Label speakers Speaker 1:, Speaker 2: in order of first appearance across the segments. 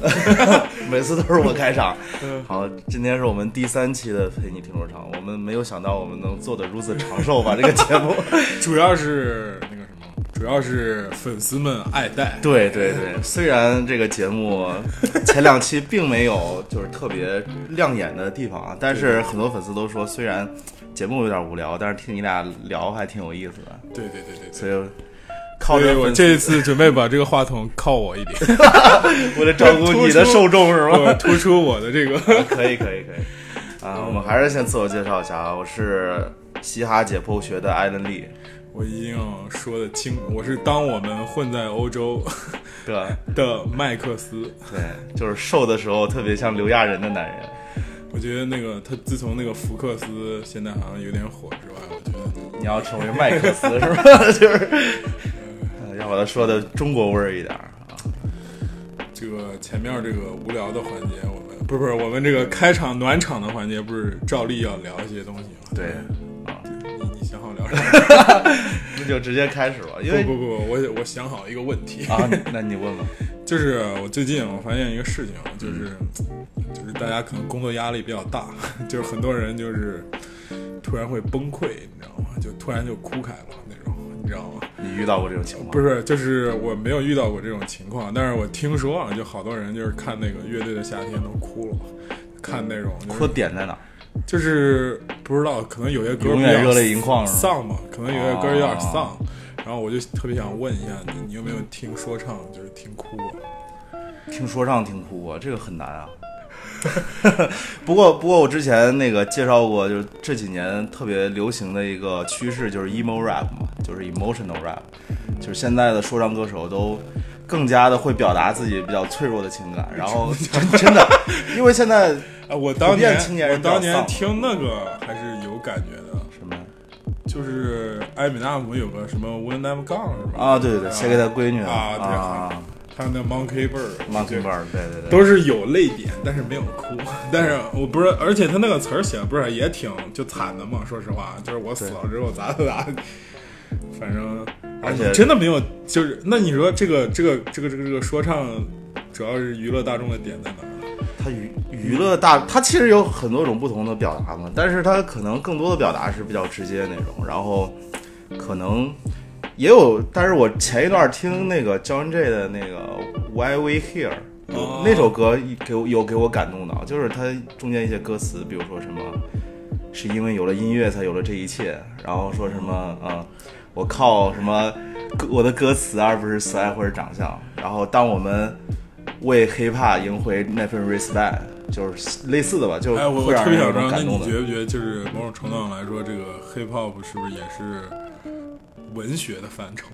Speaker 1: 每次都是我开 场。
Speaker 2: 嗯
Speaker 1: 好，今天是我们第三期的陪你听说唱，我们没有想到我们能做得如此长寿吧？这个节 目，
Speaker 2: 主要是那个什么，主要是粉丝们爱戴。
Speaker 1: 对对对，虽然这个节目前两期并没有就是特别亮眼的地方啊，但是很多粉丝都说，虽然节目有点无聊，但是听你俩聊还挺有意思的，
Speaker 2: 对对对对对。
Speaker 1: 所以靠
Speaker 2: 所以
Speaker 1: 着
Speaker 2: 我
Speaker 1: 粉丝
Speaker 2: 这一次准备把这个话筒靠我一点，
Speaker 1: 为了照顾你的受众是吗？
Speaker 2: 我突出我的这 个。
Speaker 1: 可以可以可以，啊，我们还是先自我介绍一下啊，我是嘻哈解剖学的艾伦利，
Speaker 2: 我一定要说的清楚，我是当我们混在欧洲
Speaker 1: 对吧
Speaker 2: 的麦克斯。
Speaker 1: 对，就是瘦的时候特别像刘亚仁的男人，
Speaker 2: 我觉得那个他自从那个福克斯现在好像有点火之外，我觉得
Speaker 1: 你要成为麦克斯是 吧？就是呃要把它说的中国味儿一点儿啊，
Speaker 2: 这个前面这个无聊的环节，我们不是不是我们这个开场暖场的环节，不是照例要聊一些东西吗？
Speaker 1: 对啊，
Speaker 2: 你你想好聊啥？
Speaker 1: 那就直接开始吧，因为
Speaker 2: 不不不，我我想好一个问题，
Speaker 1: 啊，那你问吧，
Speaker 2: 就是我最近我发现一个事情，就是就是大家可能工作压力比较大， 就是很多人就是突然会崩溃，你知道吗？就突然就哭开了那种，你知道吗？
Speaker 1: 你遇到过这种情况？
Speaker 2: 不是，就是我没有遇到过这种情况，但是我听说啊，就好多人就是看那个乐队的夏天都哭了，看那种
Speaker 1: 哭
Speaker 2: 就
Speaker 1: 的
Speaker 2: 是
Speaker 1: 点在哪？
Speaker 2: 就是不知道，可能有些歌
Speaker 1: 永
Speaker 2: 比
Speaker 1: 远
Speaker 2: 较
Speaker 1: 热泪盈眶是吗？啊
Speaker 2: 丧嘛，可能有些歌有点丧，然后我就特别想问一下你，你有没有听说唱就是听哭过？
Speaker 1: 听说唱听哭过，这个很难啊。 不过，不过我之前那个介绍过，就是这几年特别流行的一个趋势就是 emo rap 嘛，就是 emotional rap，就是现在的说唱歌手都更加的会表达自己比较脆弱的情感，然后真真的，因为现在
Speaker 2: 哎，我当
Speaker 1: 普
Speaker 2: 年
Speaker 1: 遍青年人
Speaker 2: 我
Speaker 1: 比较
Speaker 2: 当年
Speaker 1: 丧
Speaker 2: 听那个还是有感觉的，
Speaker 1: 什么
Speaker 2: 就是艾米纳姆有个什么 When I'm Gone 是吧？
Speaker 1: 啊，对对对，写给他闺女
Speaker 2: 啊对
Speaker 1: 啊
Speaker 2: 还有那 Monkey Bird。
Speaker 1: ，monkey bar，对对对，
Speaker 2: 都是有泪点，但是没有哭。但是我不是，而且他那个词儿写的不是也挺就惨的嘛？说实话，就是我死了之后咋咋咋，反正
Speaker 1: 而且
Speaker 2: 啊你真的没有，就是那你说这个这个这个这个这个说唱，主要是娱乐大众的点在哪儿？
Speaker 1: 他娱娱乐大，他其实有很多种不同的表达嘛，但是他可能更多的表达是比较直接那种，然后可能也有，但是我前一段听那个 John J 的那个 Why We Here，有、
Speaker 2: 哦
Speaker 1: 那首歌给我有给我感动到，就是他中间一些歌词，比如说什么是因为有了音乐才有了这一切，然后说什么啊、呃我靠什么歌我的歌词而不是词爱或者长相，然后当我们为 hiphop 赢回那份 respect，就是类似的吧，就
Speaker 2: 哎，我
Speaker 1: 会
Speaker 2: 我
Speaker 1: 让
Speaker 2: 特
Speaker 1: 人
Speaker 2: 别想知道，那
Speaker 1: 有种感
Speaker 2: 你
Speaker 1: 动的
Speaker 2: 觉。不觉得就是某种程度上来说，这个 hip hop 是不是也是文学的范畴？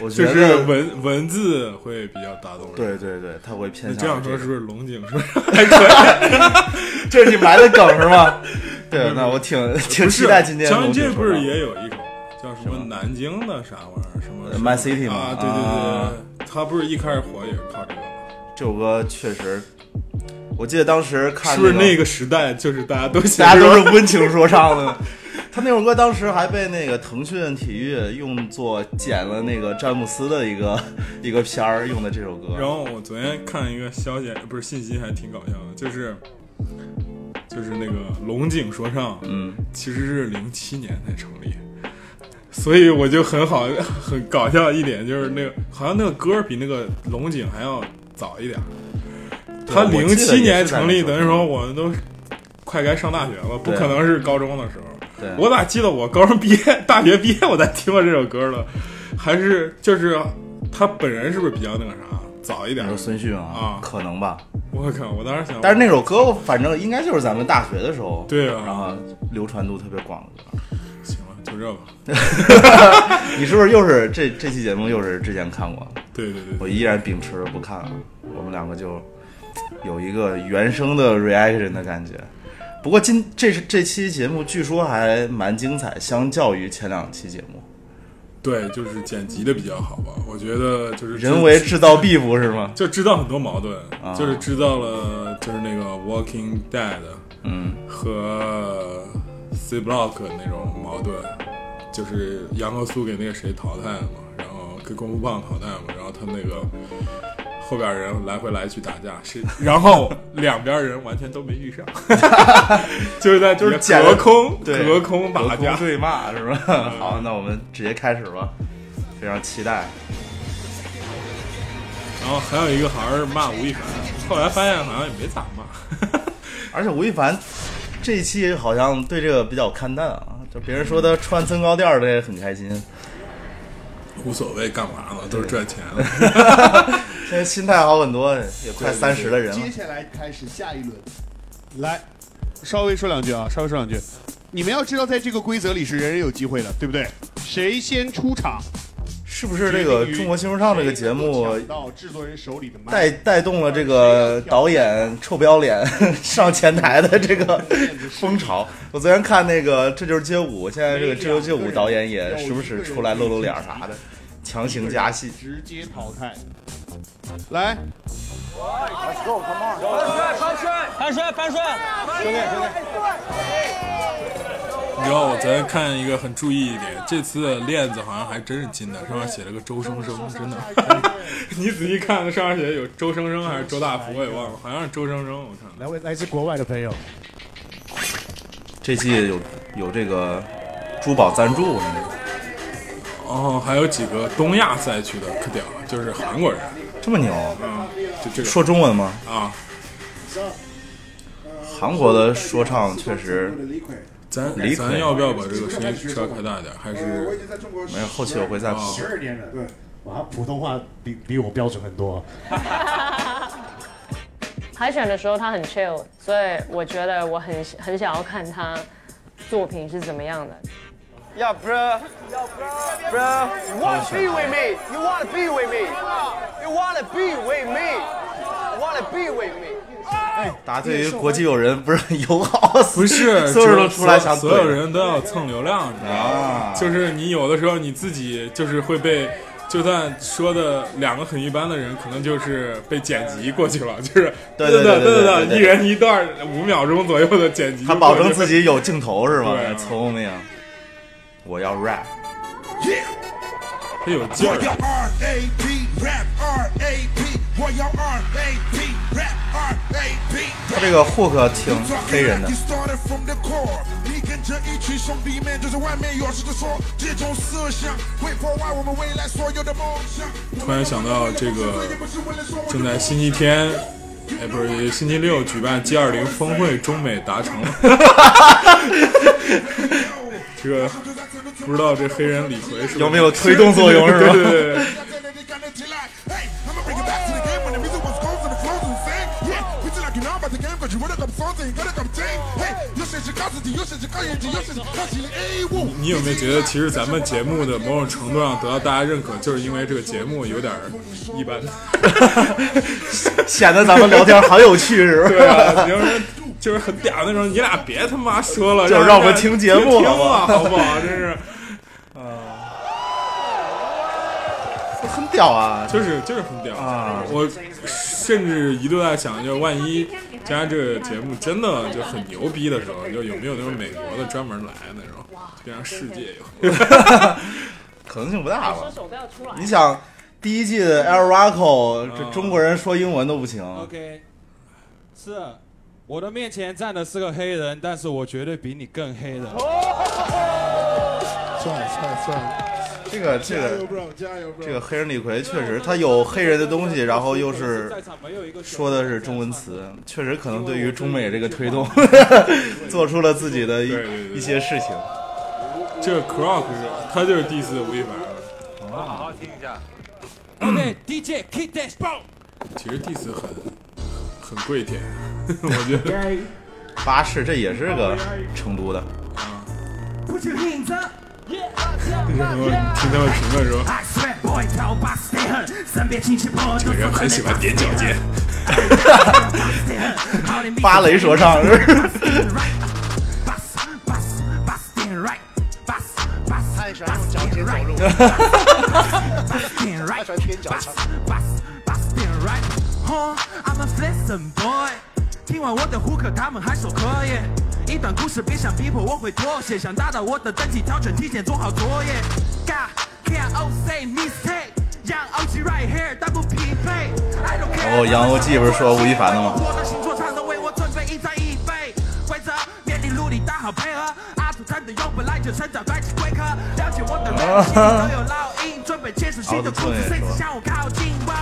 Speaker 1: 我觉
Speaker 2: 就
Speaker 1: 得
Speaker 2: 是文文字会比较打动人。
Speaker 1: 对对对，他会偏
Speaker 2: 你
Speaker 1: 向
Speaker 2: 这样
Speaker 1: 于
Speaker 2: 说
Speaker 1: 个
Speaker 2: 是不是龙井是不是还可以？
Speaker 1: 这是你埋的梗是 吗？对，那我挺挺
Speaker 2: 不
Speaker 1: 期
Speaker 2: 是，
Speaker 1: 待今天的
Speaker 2: 将
Speaker 1: 龙
Speaker 2: 军
Speaker 1: 井
Speaker 2: 这
Speaker 1: 说唱。
Speaker 2: 不是也有一首叫什么南京的啥玩意儿什么
Speaker 1: 呃 My City 吗
Speaker 2: 啊，对
Speaker 1: 啊
Speaker 2: 对对，他不是一开始火也是靠这个吗？
Speaker 1: 这首歌确实，我记得当时看、
Speaker 2: 是不是
Speaker 1: 那
Speaker 2: 那个时代就是大家都写
Speaker 1: 大
Speaker 2: 这
Speaker 1: 家都
Speaker 2: 种
Speaker 1: 是温情说唱的。 他那首歌当时还被那个腾讯体育用作剪了那个詹姆斯的一个 一个片儿用的这首歌。
Speaker 2: 然后我昨天看一个消息，不是信息还挺搞笑的，就是就是那个龙井说唱
Speaker 1: 嗯，
Speaker 2: 其实是零七年才成立。所以我就很好， 很搞笑一点，就是那个好像那个歌比那个龙井还要早一点儿，
Speaker 1: 对
Speaker 2: 他
Speaker 1: 我记得
Speaker 2: 零
Speaker 1: 也是在
Speaker 2: 七年
Speaker 1: 那
Speaker 2: 成立，
Speaker 1: 首
Speaker 2: 等于
Speaker 1: 歌
Speaker 2: 说我们都快该上大学了，不
Speaker 1: 对
Speaker 2: 可能是高中的时候。
Speaker 1: 对，
Speaker 2: 我咋记得我高中毕业、 大学毕业我才听过这首歌了？还是就是他本人是不是比较那个啥早一点
Speaker 1: 你？说孙旭吗
Speaker 2: 啊？
Speaker 1: 可能吧。
Speaker 2: 我靠！我当时想，
Speaker 1: 但是那首歌，反正应该就是咱们大学的时候，
Speaker 2: 对
Speaker 1: 然
Speaker 2: 啊，
Speaker 1: 后流传度特别广的歌。
Speaker 2: 行了，就这吧。
Speaker 1: 你是不是又是这这期节目又是之前看过？
Speaker 2: 对对对
Speaker 1: 我
Speaker 2: 对，
Speaker 1: 依然秉持着不看啊，我们两个就有一个原生的 reaction 的感觉。不过今这是这期节目，据说还蛮精彩，相较于前两期节目，
Speaker 2: 对，就是剪辑的比较好吧？我觉得就是
Speaker 1: 人为制造 beef 是吗？
Speaker 2: 就制造很多矛盾，
Speaker 1: 啊
Speaker 2: 就是制造了就是那个 Walking Dead
Speaker 1: 嗯，
Speaker 2: 和 C Block 那种矛盾，就是杨和苏给那个谁淘汰了嘛，然后给功夫棒淘汰嘛，然后他那个后边人来回来去打架， 谁然后两边人完全都没遇上， 就是在
Speaker 1: 就是捡
Speaker 2: 隔空
Speaker 1: 对
Speaker 2: 隔空嗯打
Speaker 1: 打
Speaker 2: 架
Speaker 1: 架，对骂是吧？好，那我们直接开始吧，非常期待。
Speaker 2: 然后还有一个好像是骂吴亦凡，后来发现好像也没咋骂，
Speaker 1: 而且吴亦凡这一期好像对这个比较看淡啊，就别人说他穿增高垫儿，他也很开心，
Speaker 2: 无所谓干嘛呢，都是赚钱了。
Speaker 1: 现在心态好很多，也快三十的人了
Speaker 3: 接。下来开始下一轮，来，稍微说两句啊，稍微说两句。你们要知道，在这个规则里是人人有机会的，对不对？谁先出场，
Speaker 1: 是不是这个《中国新说唱》这个节目
Speaker 3: 谁能够抢到制作人手里的麦
Speaker 1: 带带动了这个导演臭不要脸 上前台的这个 风潮？我昨天看那个《这就是街舞》，现在这个《这就是街舞》导演也时不时出来露露脸儿啥的，强行加戏。
Speaker 3: 直接淘汰。来，
Speaker 4: 潘帅，潘帅，
Speaker 2: 你知道我昨天看一个很注意一点，这次的链子好像还真是金的，上面写了个周生生，真的。你仔细看，上面写的有周生生还是周大福，我也忘了，好像是周生生，我看的。
Speaker 5: 来位来自国外的朋友，
Speaker 1: 这季有有这个珠宝赞助是吗？
Speaker 2: 哦，还有几个东亚赛区的，可屌了，就是韩国人，
Speaker 1: 这么牛？
Speaker 2: 就这个
Speaker 1: 说中文吗？
Speaker 2: 啊，
Speaker 1: 韩国的说唱确实
Speaker 2: 咱
Speaker 1: 李逵
Speaker 2: 咱要不要把这个声音稍微开大一点？还是
Speaker 1: 没有，后期我会再
Speaker 2: 哦
Speaker 1: 补。
Speaker 5: 二年了，对，哇，普通话比比我标准很多。
Speaker 6: 海选的时候他很 chill，所以我觉得我很很想要看他作品是怎么样的。
Speaker 4: Yeah, bruh. Bruh, you wanna be with me. You wanna be with me. You wanna be with me. You wanna be with me.
Speaker 1: 大家对于国际友人不是很友好，
Speaker 2: 不是
Speaker 1: 所有人都
Speaker 2: 就是
Speaker 1: 出来想怼
Speaker 2: 所有人都要蹭流量，你知道吗？
Speaker 1: 啊，
Speaker 2: 就是你有的时候你自己就是会被，就算说的两个很一般的人，可能就是被剪辑过去了，就是
Speaker 1: 对对对对对对对
Speaker 2: 一人一段五秒钟左右的剪辑，
Speaker 1: 他保证自己有镜头是吗
Speaker 2: 对？啊
Speaker 1: 聪明，我要 rap。
Speaker 2: 他有劲儿
Speaker 7: Royal。R.A.P. Rap R.A.P. Royal R.A.P. Rap R.A.P.
Speaker 1: 他这个 hook 挺黑人的
Speaker 7: You，started from the core，你跟着一群兄弟们，就是外面有事的说，这种思想会破坏我们未来所有的梦想。
Speaker 2: 突然想到这个正在星期天，哎，不是星期六举办 G 二零峰会，中美达成了。 这个不知道这黑人李逵是不是
Speaker 1: 有没有推动作用是吧
Speaker 2: 对对对对。你 有没有觉得，其实咱们节目的某种程度上得到大家认可，就是因为这个节目有点儿一般。
Speaker 1: 显得咱们聊天好有趣是吧？
Speaker 2: 对啊，你要是就是很嗲那种，你俩别他妈说了，
Speaker 1: 就是让我们听节目
Speaker 2: 听
Speaker 1: 好不好
Speaker 2: 啊，好不好？真 是，
Speaker 1: 很屌啊！
Speaker 2: 就是就是很屌
Speaker 1: 啊！
Speaker 2: 我甚至一度在想，就是万一加上这个节目真的就很牛逼的时候，就有没有那种美国的专门来那种，就变成世界有。
Speaker 1: 可能性不大吧？
Speaker 6: 手不要出来
Speaker 1: 你想，第一季的 El Rocco，这中国人说英文都不行，
Speaker 8: OK，是我的面前站的是个黑人，但是我绝对比你更黑人。
Speaker 3: 算了算了算了，
Speaker 1: 这个这
Speaker 3: 加油
Speaker 1: 个
Speaker 3: bro，加油 bro，
Speaker 1: 这个黑人李逵确实，他有黑人的东西，然后又是
Speaker 8: 在场没有一个选手
Speaker 1: 说的是中文词，确实可能对于中美这个推 动，做出了自己的
Speaker 2: 对对对
Speaker 1: 一一些事情。
Speaker 2: 这个 Croc 是他就是 diss 吴亦凡，
Speaker 8: OK，DJ Kid Dash Bro，
Speaker 2: 其实 diss 很很跪舔， 我觉得
Speaker 1: 巴士这也是个成都的，
Speaker 2: 听他们评论说，这个人很喜欢踮脚尖。
Speaker 1: 芭蕾说唱是不是
Speaker 3: 他很喜欢用脚尖走路， 他喜欢踮脚长。
Speaker 9: I'm a flexing boy。听完我的 hook，他们还说可以。一段故事别想逼迫我会妥协，想达到我的等级，调整体检做好作业。God can O say mistake，让 OG right here 但不匹配。I don't
Speaker 1: 哦，杨欧记不是说吴亦凡的吗？
Speaker 9: 我的星座上都为我准备一张椅背规则，免你努力当好配合。阿土真的用本来就生长在龟壳，了解我的人心都有烙印，准备接触新的故事，甚至向我靠近。Wow,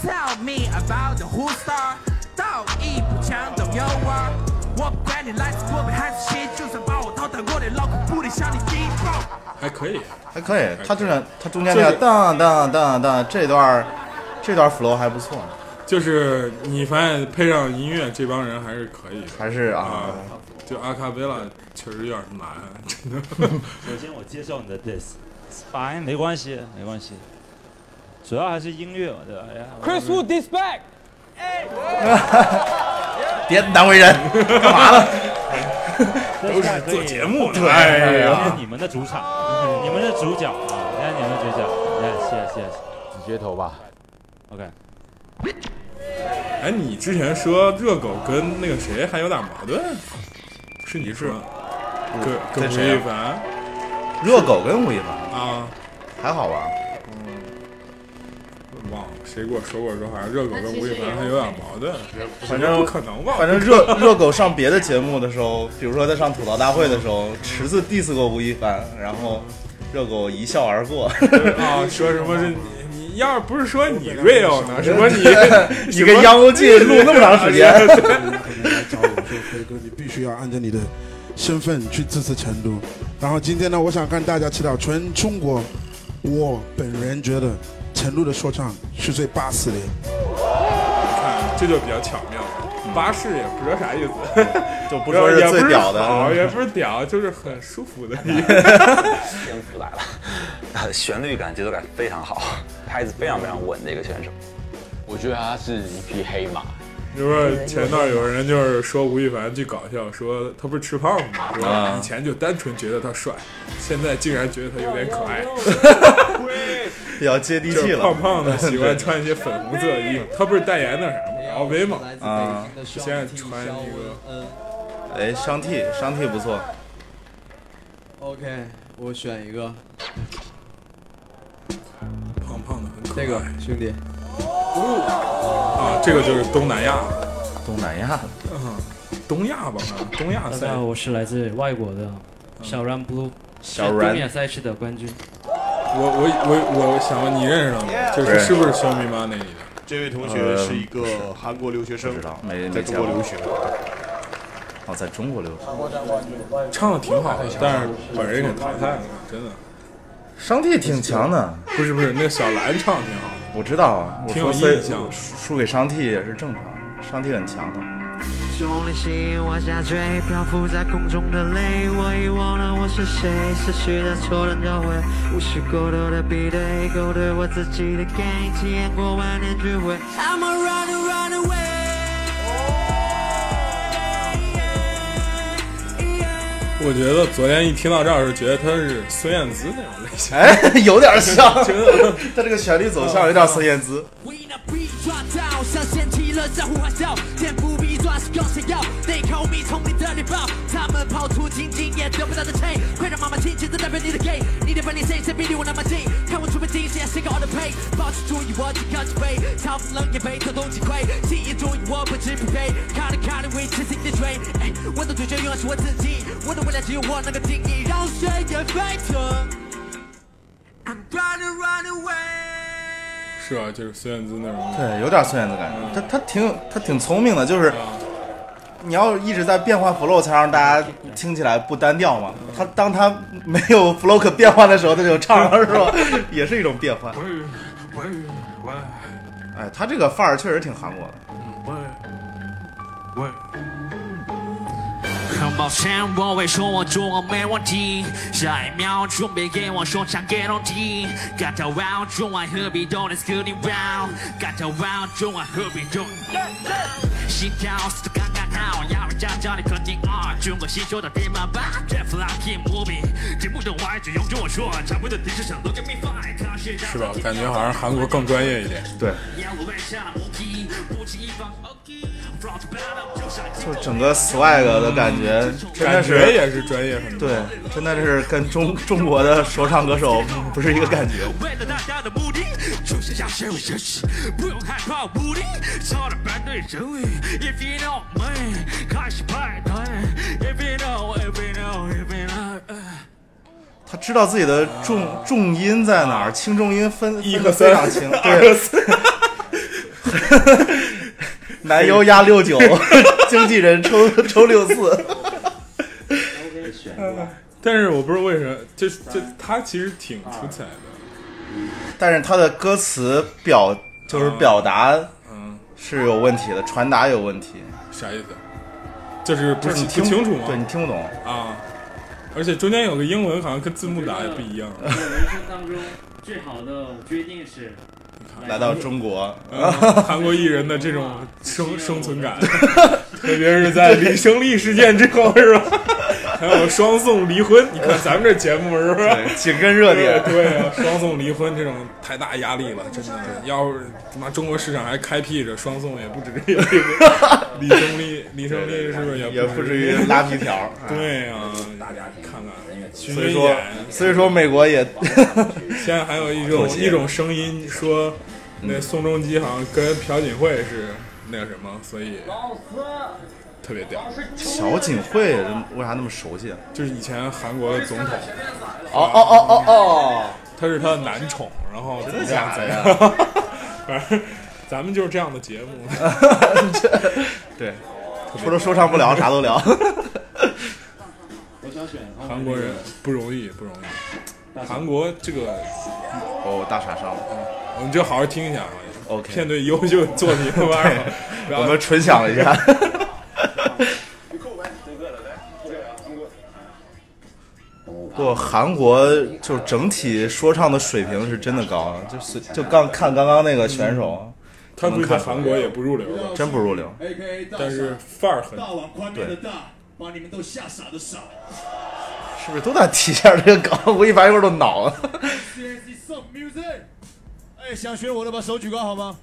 Speaker 9: Tell me about the who star，道义不强的 real world。我不管你来自国北还是西，就算把我刀砍过，你脑壳不得向你低爆。
Speaker 2: 还可以，
Speaker 1: 还可以，他这段他中间那个当当当当这段儿这段 flow 还不错，
Speaker 2: 就是你发现配上音乐，这帮人还是可以的。
Speaker 1: 还是啊
Speaker 2: 啊，就阿卡贝拉确实有点难，真的。
Speaker 10: 首先我接受你的 diss，fine，没关系，没关系，主要还是音乐嘛，对吧哎呀
Speaker 8: Chris Wu this back，
Speaker 1: 别难为 人，干嘛呢？
Speaker 10: 都是
Speaker 2: 做节目呢，
Speaker 1: 对
Speaker 2: 哎
Speaker 10: 今
Speaker 2: 呀
Speaker 10: 天，你们的主场，
Speaker 11: 哦
Speaker 10: 你们的主角啊，今天你们的主角，yes 哎 yes yes，OK，、
Speaker 12: 你接头吧。
Speaker 10: OK
Speaker 2: 哎，你之前说热狗跟那个谁还有点矛盾，是你说的？跟
Speaker 1: 跟
Speaker 2: 跟吴
Speaker 1: 谁啊
Speaker 2: 亦凡
Speaker 1: 热狗跟吴亦凡
Speaker 2: 啊？
Speaker 1: 还好吧？
Speaker 2: 忘了谁给我说过说，好像热狗跟吴亦凡还有点矛盾，
Speaker 1: 反正
Speaker 2: 不可能吧？
Speaker 1: 反正热 热狗上别的节目的时候，比如说在上吐槽大会的时候，池子 diss 过吴亦凡，然后热狗一笑而过。
Speaker 2: 啊，说什么是你你要是不是说你 real 呢？什么 你
Speaker 1: 你跟央欧记录那么长时间，
Speaker 13: 找我说飞哥，你必须要按照你的身份去支持成都。然后今天呢，我想跟大家知道，全中国，我本人觉得成都的说唱是最巴适的。
Speaker 2: 看这就比较巧妙。巴士也不知道啥意思，
Speaker 1: 嗯 就不说是最屌的嗯
Speaker 2: 也不是好也不是屌，就是很舒服 的。
Speaker 14: 幸福来了，旋律感、节奏感非常好，拍子非常非常稳的一个选手。
Speaker 12: 我觉得他是一匹黑马，
Speaker 2: 就是前段有人就是说吴亦凡巨搞笑，说他不是吃胖子吗？
Speaker 1: 啊
Speaker 2: 说以前就单纯觉得他帅，现在竟然觉得他有点可爱，
Speaker 1: 比较接地
Speaker 2: 就
Speaker 1: 气
Speaker 2: 是
Speaker 1: 了。
Speaker 2: 胖胖 的，喜欢穿一些粉红色的衣服。他不是代言那啥吗？娆威嘛，
Speaker 1: 啊
Speaker 2: 现在穿一个
Speaker 1: 哎，商 T 商 T 不错，
Speaker 15: OK，我选一个
Speaker 2: 胖胖的很可
Speaker 15: 这个兄弟，
Speaker 2: 啊，这个就是东南亚的，
Speaker 1: 东南亚的，
Speaker 2: 嗯，东亚吧，东亚
Speaker 11: 大
Speaker 2: 赛
Speaker 11: 家好，我是来自外国的
Speaker 2: 嗯
Speaker 11: 小 Run Blue，
Speaker 1: 小
Speaker 11: 是
Speaker 1: Ran
Speaker 11: 东亚赛事的冠军。
Speaker 2: 我我我我想问你认识他吗？就是是不是 Show Me Money 里的？
Speaker 3: 这位同学是一个韩国留学生，
Speaker 1: 呃
Speaker 3: 在
Speaker 1: 没没
Speaker 3: 中
Speaker 1: 见
Speaker 3: 国
Speaker 1: 过
Speaker 3: 留学。
Speaker 1: 哦，在中国留学。
Speaker 2: 唱的挺
Speaker 1: 哎
Speaker 2: 好的，但是把人给淘汰了，真的。
Speaker 1: 商 T 挺强的，
Speaker 2: 不是不是，那个小兰唱挺好
Speaker 1: 我知道啊，我
Speaker 2: 挺有
Speaker 1: 说所以
Speaker 2: 印象
Speaker 1: 输输给商 T 也是正常，商 T 很强 的。
Speaker 16: 重力吸引我下坠，漂浮在空中的泪，我已忘了我是谁，失去的错乱交汇，无视过多的比对，勾兑我自己的 game，体验过万念俱灰。I'm a run run away。
Speaker 2: 我觉得昨天一听到这儿，就觉得他是孙燕姿那种类型，，
Speaker 1: 哎，有点像
Speaker 2: 真的。
Speaker 1: 他这个旋律走向有点孙燕姿。
Speaker 9: 抓到，像掀起了江湖海啸，天不必抓是高闪耀，内口蜜从你的猎豹，他们跑出仅仅也得不到的 chain，快让妈妈亲，亲自代表你的 gay，你的本领谁谁比你我那么近，看我出门惊险，谁敢 on the pay，保持注意我只靠几杯，嘲讽冷眼被特东击溃，吸引注意我不知疲惫，看你看你维持自己的追，哎，我的嘴角永远是我自己，我的未来只有我能够定义，让谁也沸腾。I'm gonna run away.
Speaker 2: 是吧？就是孙燕姿那种。
Speaker 1: 哎对，有点孙燕姿感
Speaker 2: 嗯
Speaker 1: 觉。他他挺他挺聪明的，就是你要一直在变换 flow，才让大家听起来不单调嘛。
Speaker 2: 嗯
Speaker 1: 他当他没有 flow 可变换的时候，他就唱了，是 吧？也是一种变换。哎，他这个范儿确实挺韩国的。
Speaker 9: 很抱歉，我会说我中文没问题。下一秒准备给我说唱给侬听。感到哇，中文何必懂得 s c o o l i n g wow？感到哇，中文何必懂？心跳速度刚刚好，要人家教你肯定二，中国新秀的地方吧，Jeff Lucky Movie，节目的外只用跟我说，常规的敌是想 look at me fine，他是
Speaker 2: 是吧？感觉好像韩国更专业一点。
Speaker 1: 对，
Speaker 9: 让我为下无敌，不弃一方 OK，front battle 就像
Speaker 1: 就整个 swag 的感觉，真的是
Speaker 2: 嗯感觉也是专业很多
Speaker 1: 对，真的是跟中中国的说唱歌手不是一个感觉。
Speaker 9: 为了大家的目的，就是要学会学习，不用害怕无力，操着白对真理。If you know me，开始排队。If you know，If you know，If you know。
Speaker 1: 他知道自己的重重音在哪儿，轻重音分
Speaker 2: 啊一
Speaker 1: 分
Speaker 2: 和
Speaker 1: 得
Speaker 2: 三
Speaker 1: 非 常轻，
Speaker 2: 二和
Speaker 1: 对
Speaker 2: 三，
Speaker 1: 男优压 六九，经纪人抽抽六四，
Speaker 2: 但是我不知道为什么，就就他其实挺出彩的，
Speaker 1: 但是他的歌词表就是表达
Speaker 2: 啊嗯，
Speaker 1: 是有问题的，传达有问题，
Speaker 2: 啥意思？就是不
Speaker 1: 就是
Speaker 2: 清
Speaker 1: 你听
Speaker 2: 不清楚吗？
Speaker 1: 对你听不懂
Speaker 2: 啊。而且中间有个英文，好像跟字幕打也不一样。
Speaker 17: 我人生当中最好的决定是
Speaker 1: 来到中国
Speaker 2: 嗯韩国艺人的这种生生存感， 特别是在李胜利事件之后，是吧？ 还有双宋离婚，你看咱们这节目是不是
Speaker 1: 对紧跟热点
Speaker 2: 对对啊，双宋离婚这种太大压力了，真的。要是他妈中国市场还开辟着双宋，也不止这个 地步。李胜利，李胜利是不是
Speaker 1: 也不
Speaker 2: 不
Speaker 1: 至
Speaker 2: 至
Speaker 1: 于拉皮条儿
Speaker 2: 对呀，大家看看，群
Speaker 1: 所以
Speaker 2: 演
Speaker 1: 说所以说美国也
Speaker 2: 现在还有一种
Speaker 1: 妥协
Speaker 2: 一种声音说，那宋仲基好像跟朴槿惠是那个什么，所以特别屌。
Speaker 1: 朴槿惠为啥那么熟悉啊？
Speaker 2: 就是以前韩国的总统，
Speaker 1: 哦哦哦哦哦，
Speaker 2: 他是他的男宠，然后怎
Speaker 1: 真的
Speaker 2: 么
Speaker 1: 假
Speaker 2: 样
Speaker 1: 的
Speaker 2: 怎
Speaker 1: 哎呀。
Speaker 2: 样，反正咱们就是这样的节目
Speaker 1: 对除了说唱不聊啥都聊
Speaker 18: 我想选
Speaker 2: 韩国人不容易，不容易。韩国这个
Speaker 1: 哦，大傻上了，
Speaker 2: 我们就好好听一下啊。
Speaker 1: OK
Speaker 2: 片对优秀作品
Speaker 1: 对
Speaker 2: 玩儿不要
Speaker 1: 我们纯想了一 下不过韩国就整体说唱的水平是真的高，啊就是就刚看刚刚那个选手，
Speaker 2: 他
Speaker 1: 能
Speaker 2: 估计
Speaker 1: 看
Speaker 2: 在
Speaker 1: 出来
Speaker 2: 韩国也不入流吧？
Speaker 1: 真不入流。
Speaker 2: 但是范儿很
Speaker 19: 大碗宽面的
Speaker 1: 对
Speaker 19: 大，把你们都吓傻的傻。
Speaker 1: 是不是都在提一下这个梗？我一般一会儿都恼了。
Speaker 19: CNC Sub Music，哎，想学我的把手举高好吗？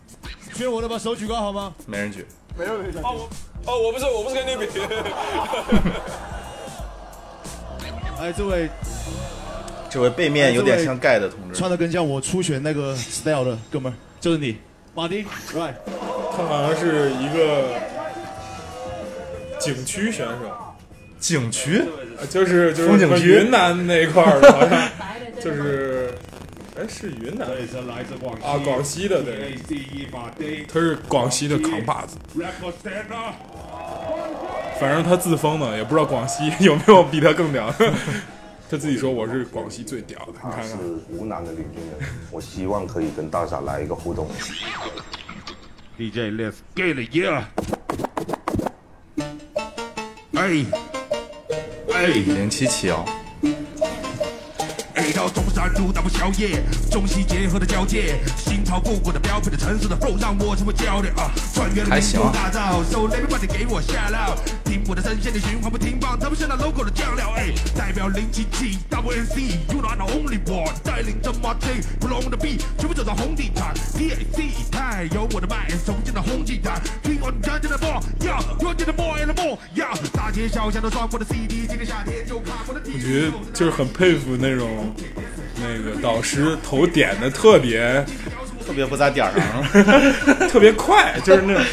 Speaker 19: 学我的把手举高好吗？
Speaker 1: 没人举，
Speaker 19: 没有没有。哦，我哦，我不是我不是跟你比。哎，这位
Speaker 1: 这位背面有
Speaker 20: 哎
Speaker 1: 点像盖的同志，
Speaker 19: 穿的跟像我初选那个 style 的哥们儿，就是你，马丁，right，
Speaker 2: 他好像是一个景区选手，呃
Speaker 1: 景区
Speaker 2: 就是就是
Speaker 1: 风景区
Speaker 2: 云南那一块儿的，好 像就是哎是云南啊广西的对，他是广西的扛把子，反正他自封的，也不知道广西有没有比他更屌。 他自己说我是广西最屌的，你
Speaker 20: 他
Speaker 2: 看
Speaker 20: 是
Speaker 2: 看。
Speaker 20: 湖南的领军人，我希望可以跟大傻来一个互动。
Speaker 7: DJ Let's get it yeah。哎哎，
Speaker 1: 零七七啊幺，
Speaker 7: 哎，到中山路那么宵夜，中西结合的交界，新潮复古的标配的城市的 flow 让我成为焦点啊！穿越了
Speaker 1: 还
Speaker 7: 民
Speaker 1: 行
Speaker 7: 族
Speaker 1: 啊
Speaker 7: 大造，so everybody 给我 shout out，听我的声线的循环不停放，咱们现在 logo 的酱料，哎，代表零七七 W N C，You are the only one，带领着 my team，不聋的 B，全部走到红地毯，T A C 一派有我的麦，重庆的红地毯，听我们家家的 more，Yeah，your 家的 more and more，Yeah，大街小巷都装我的 CD，今年夏天就看我的 T。
Speaker 2: 我觉得就是很佩服那种那个导师头点的特别
Speaker 1: 特别不在点儿上，
Speaker 2: 特别快，就是那种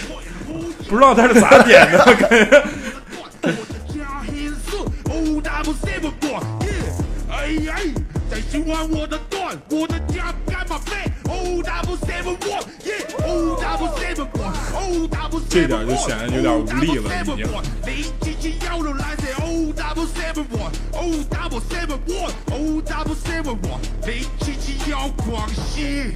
Speaker 2: 不知道他是咋点的，感觉。
Speaker 7: O W seven four，哎哎，在循环我的段，我的家干嘛飞？O W seven one，O W seven four，O W
Speaker 2: 这点就显得有点无力了，已经。
Speaker 7: 零七七幺六来自 O W seven one，O W seven one，O W seven one，零七七幺广西。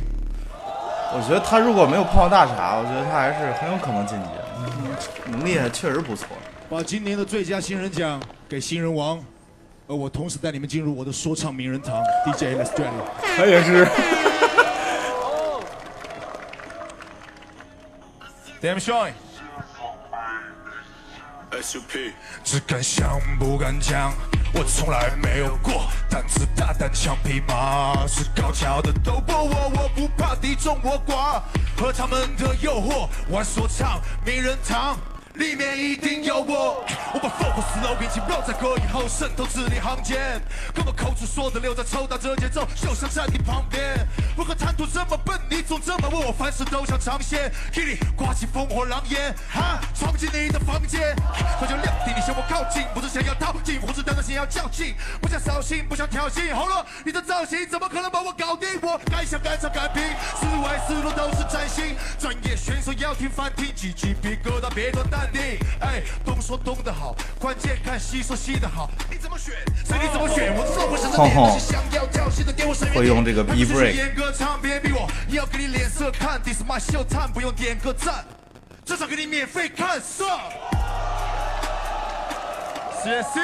Speaker 1: 我觉得他如果没有碰到大傻，我觉得他还是很有可能晋级，能力还确实不错。
Speaker 19: 把今年的最佳新人奖给新人王，而我同时带你们进入我的说唱名人堂，DJ Let's d r a g
Speaker 2: 他也是。
Speaker 19: Damn shine。 SUP，只敢想不敢讲，我从来没有过胆子大胆枪匹马，是高桥的斗破我，我不怕敌众我寡，和他们的诱惑玩说唱名人堂。里面一定有我，我把 focus slogan 紧绕在歌以后，渗透字里行间。哥们口吐说的溜在抽打着节奏，就像在你旁边。为何谈吐这么笨？你总这么问我，凡事都想尝鲜。Kitty 刮起烽火狼烟，哈，闯进你的房间，快就撂地，你向我靠近，不是想要套近，我是单纯想要较劲，不想扫兴，不想挑衅。好了，你的造型怎么可能把我搞定？我敢想敢唱敢拼，思维思路都是崭新。专业选手要听翻听，几鸡皮疙瘩别多淡定。哎，东说东的好，关键看西说西的好。你怎么选，随你怎么选，我做不是这
Speaker 1: 哼哼
Speaker 19: 点，是想要挑衅的给我身边
Speaker 1: 会用这个 B break
Speaker 19: 严格唱别逼我，要给你脸色看，This my show time，不用点个赞，这场给你免费看色。谢谢。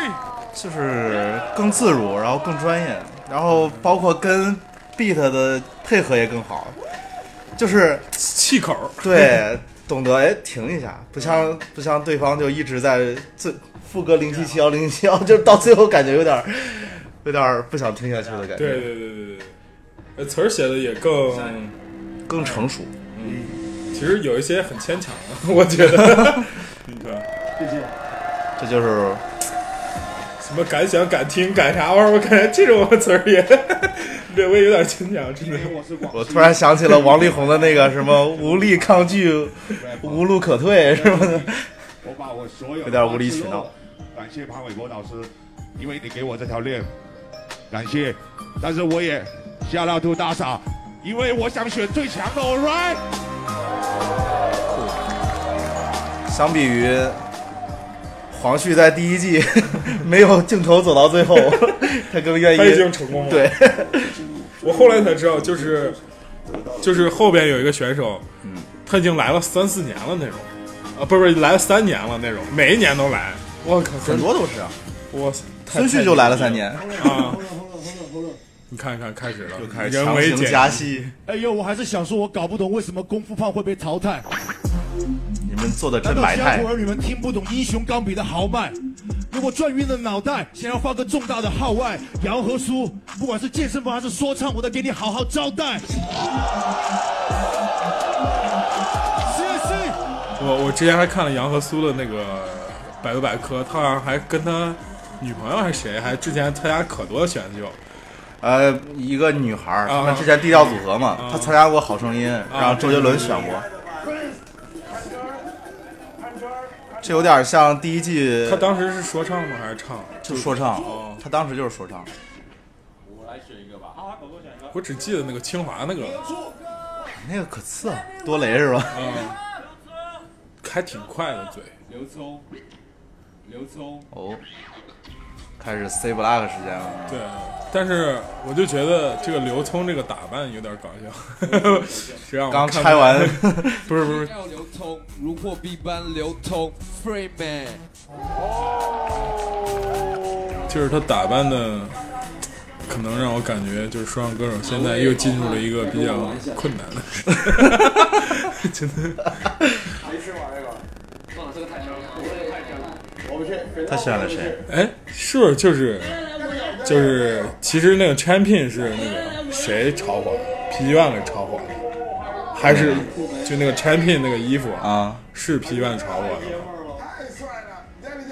Speaker 1: 就是更自如，然后更专业，然后包括跟 beat 的配合也更好，就是
Speaker 2: 气口。
Speaker 1: 对，懂得哎停一下，不像不像对方就一直在最副歌零七七幺零七幺，就是到最后感觉有点儿有点儿不想听下去的感觉。
Speaker 2: 对对对对对对，呃，词儿写的也更
Speaker 1: 更成熟。
Speaker 2: 嗯，其实有一些很牵强的，我觉得。你看，
Speaker 5: 最近
Speaker 1: 这就是
Speaker 2: 什么敢想敢听敢啥玩意儿，我感觉这种词儿也略微有点牵强，真的。
Speaker 1: 我突然想起了王力宏的那个什么无力抗拒、无路可退什么的，
Speaker 3: 我把我所有
Speaker 1: 有点无理取闹。
Speaker 3: 感谢潘玮柏老师，因为你给我这条链，感谢。但是我也下到兔大傻，因为我想选最强的，all right。
Speaker 1: 相比于黄旭在第一季没有镜头走到最后，他更愿意。
Speaker 2: 他已经成功了
Speaker 1: 对，
Speaker 2: 我后来才知道，就是就是后边有一个选手，他已经来了三四年了那种，啊，不是不是，来了三年了那种，每一年都来。我靠，
Speaker 1: 很多都是啊。
Speaker 2: 我操太
Speaker 1: 孙旭就来了三年
Speaker 2: 啊。你看看，开始了，就
Speaker 1: 开始
Speaker 2: 人为
Speaker 1: 强行
Speaker 2: 剪
Speaker 1: 加戏。
Speaker 18: 哎呦，我还是想说，我搞不懂为什么功夫胖会被淘汰。
Speaker 1: 你们做的
Speaker 18: 难
Speaker 1: 真
Speaker 18: 道
Speaker 1: 埋
Speaker 18: 乡
Speaker 1: 汰
Speaker 18: 土。儿女们听不懂英雄钢笔的豪迈？如果转晕了脑袋，想要发个重大的号外，姚和苏，不管是健身房还是说唱，我都给你好好招待。 谢谢。
Speaker 2: 我我之前还看了杨和苏的那个百度百科，他好像还跟他女朋友还是谁，还之前参加可多选秀。
Speaker 1: 呃，一个女孩儿，
Speaker 2: 啊
Speaker 1: 他们之前低调组合嘛，她参加过《好声音》，然后周杰伦选过。这有点像第一季，
Speaker 2: 他当时是说唱吗？还是唱？
Speaker 1: 就说唱
Speaker 2: 哦，
Speaker 1: 他当时就是说唱。
Speaker 10: 我来选一个吧。好，狗狗选一个。
Speaker 2: 我只记得那个清华那个，
Speaker 1: 那个可次了，多雷是吧？
Speaker 2: 嗯，还挺快的嘴。
Speaker 11: 刘聪，刘聪，
Speaker 1: 哦，开始 C block 时间了。
Speaker 2: 对，呃但是我就觉得这个刘聪这个打扮有点搞笑， 谁让我
Speaker 1: 刚
Speaker 2: 看
Speaker 1: 拆完
Speaker 2: 不是不是，
Speaker 15: 要流通，如获必般流通，free man。
Speaker 2: 就是他打扮的，可能让我感觉就是说唱歌手现在又进入了一个比较困难 的，真的。
Speaker 4: 没吃完这个。忘了这个太香了，这个太香了。我不去。
Speaker 1: 他选了谁？
Speaker 2: 哎，是不是就是就是，其实那个 Champion 是那个谁炒火的？皮皮万给炒火的，还是就那个 Champion 那个衣服
Speaker 1: 啊？
Speaker 2: 是皮皮万炒火的。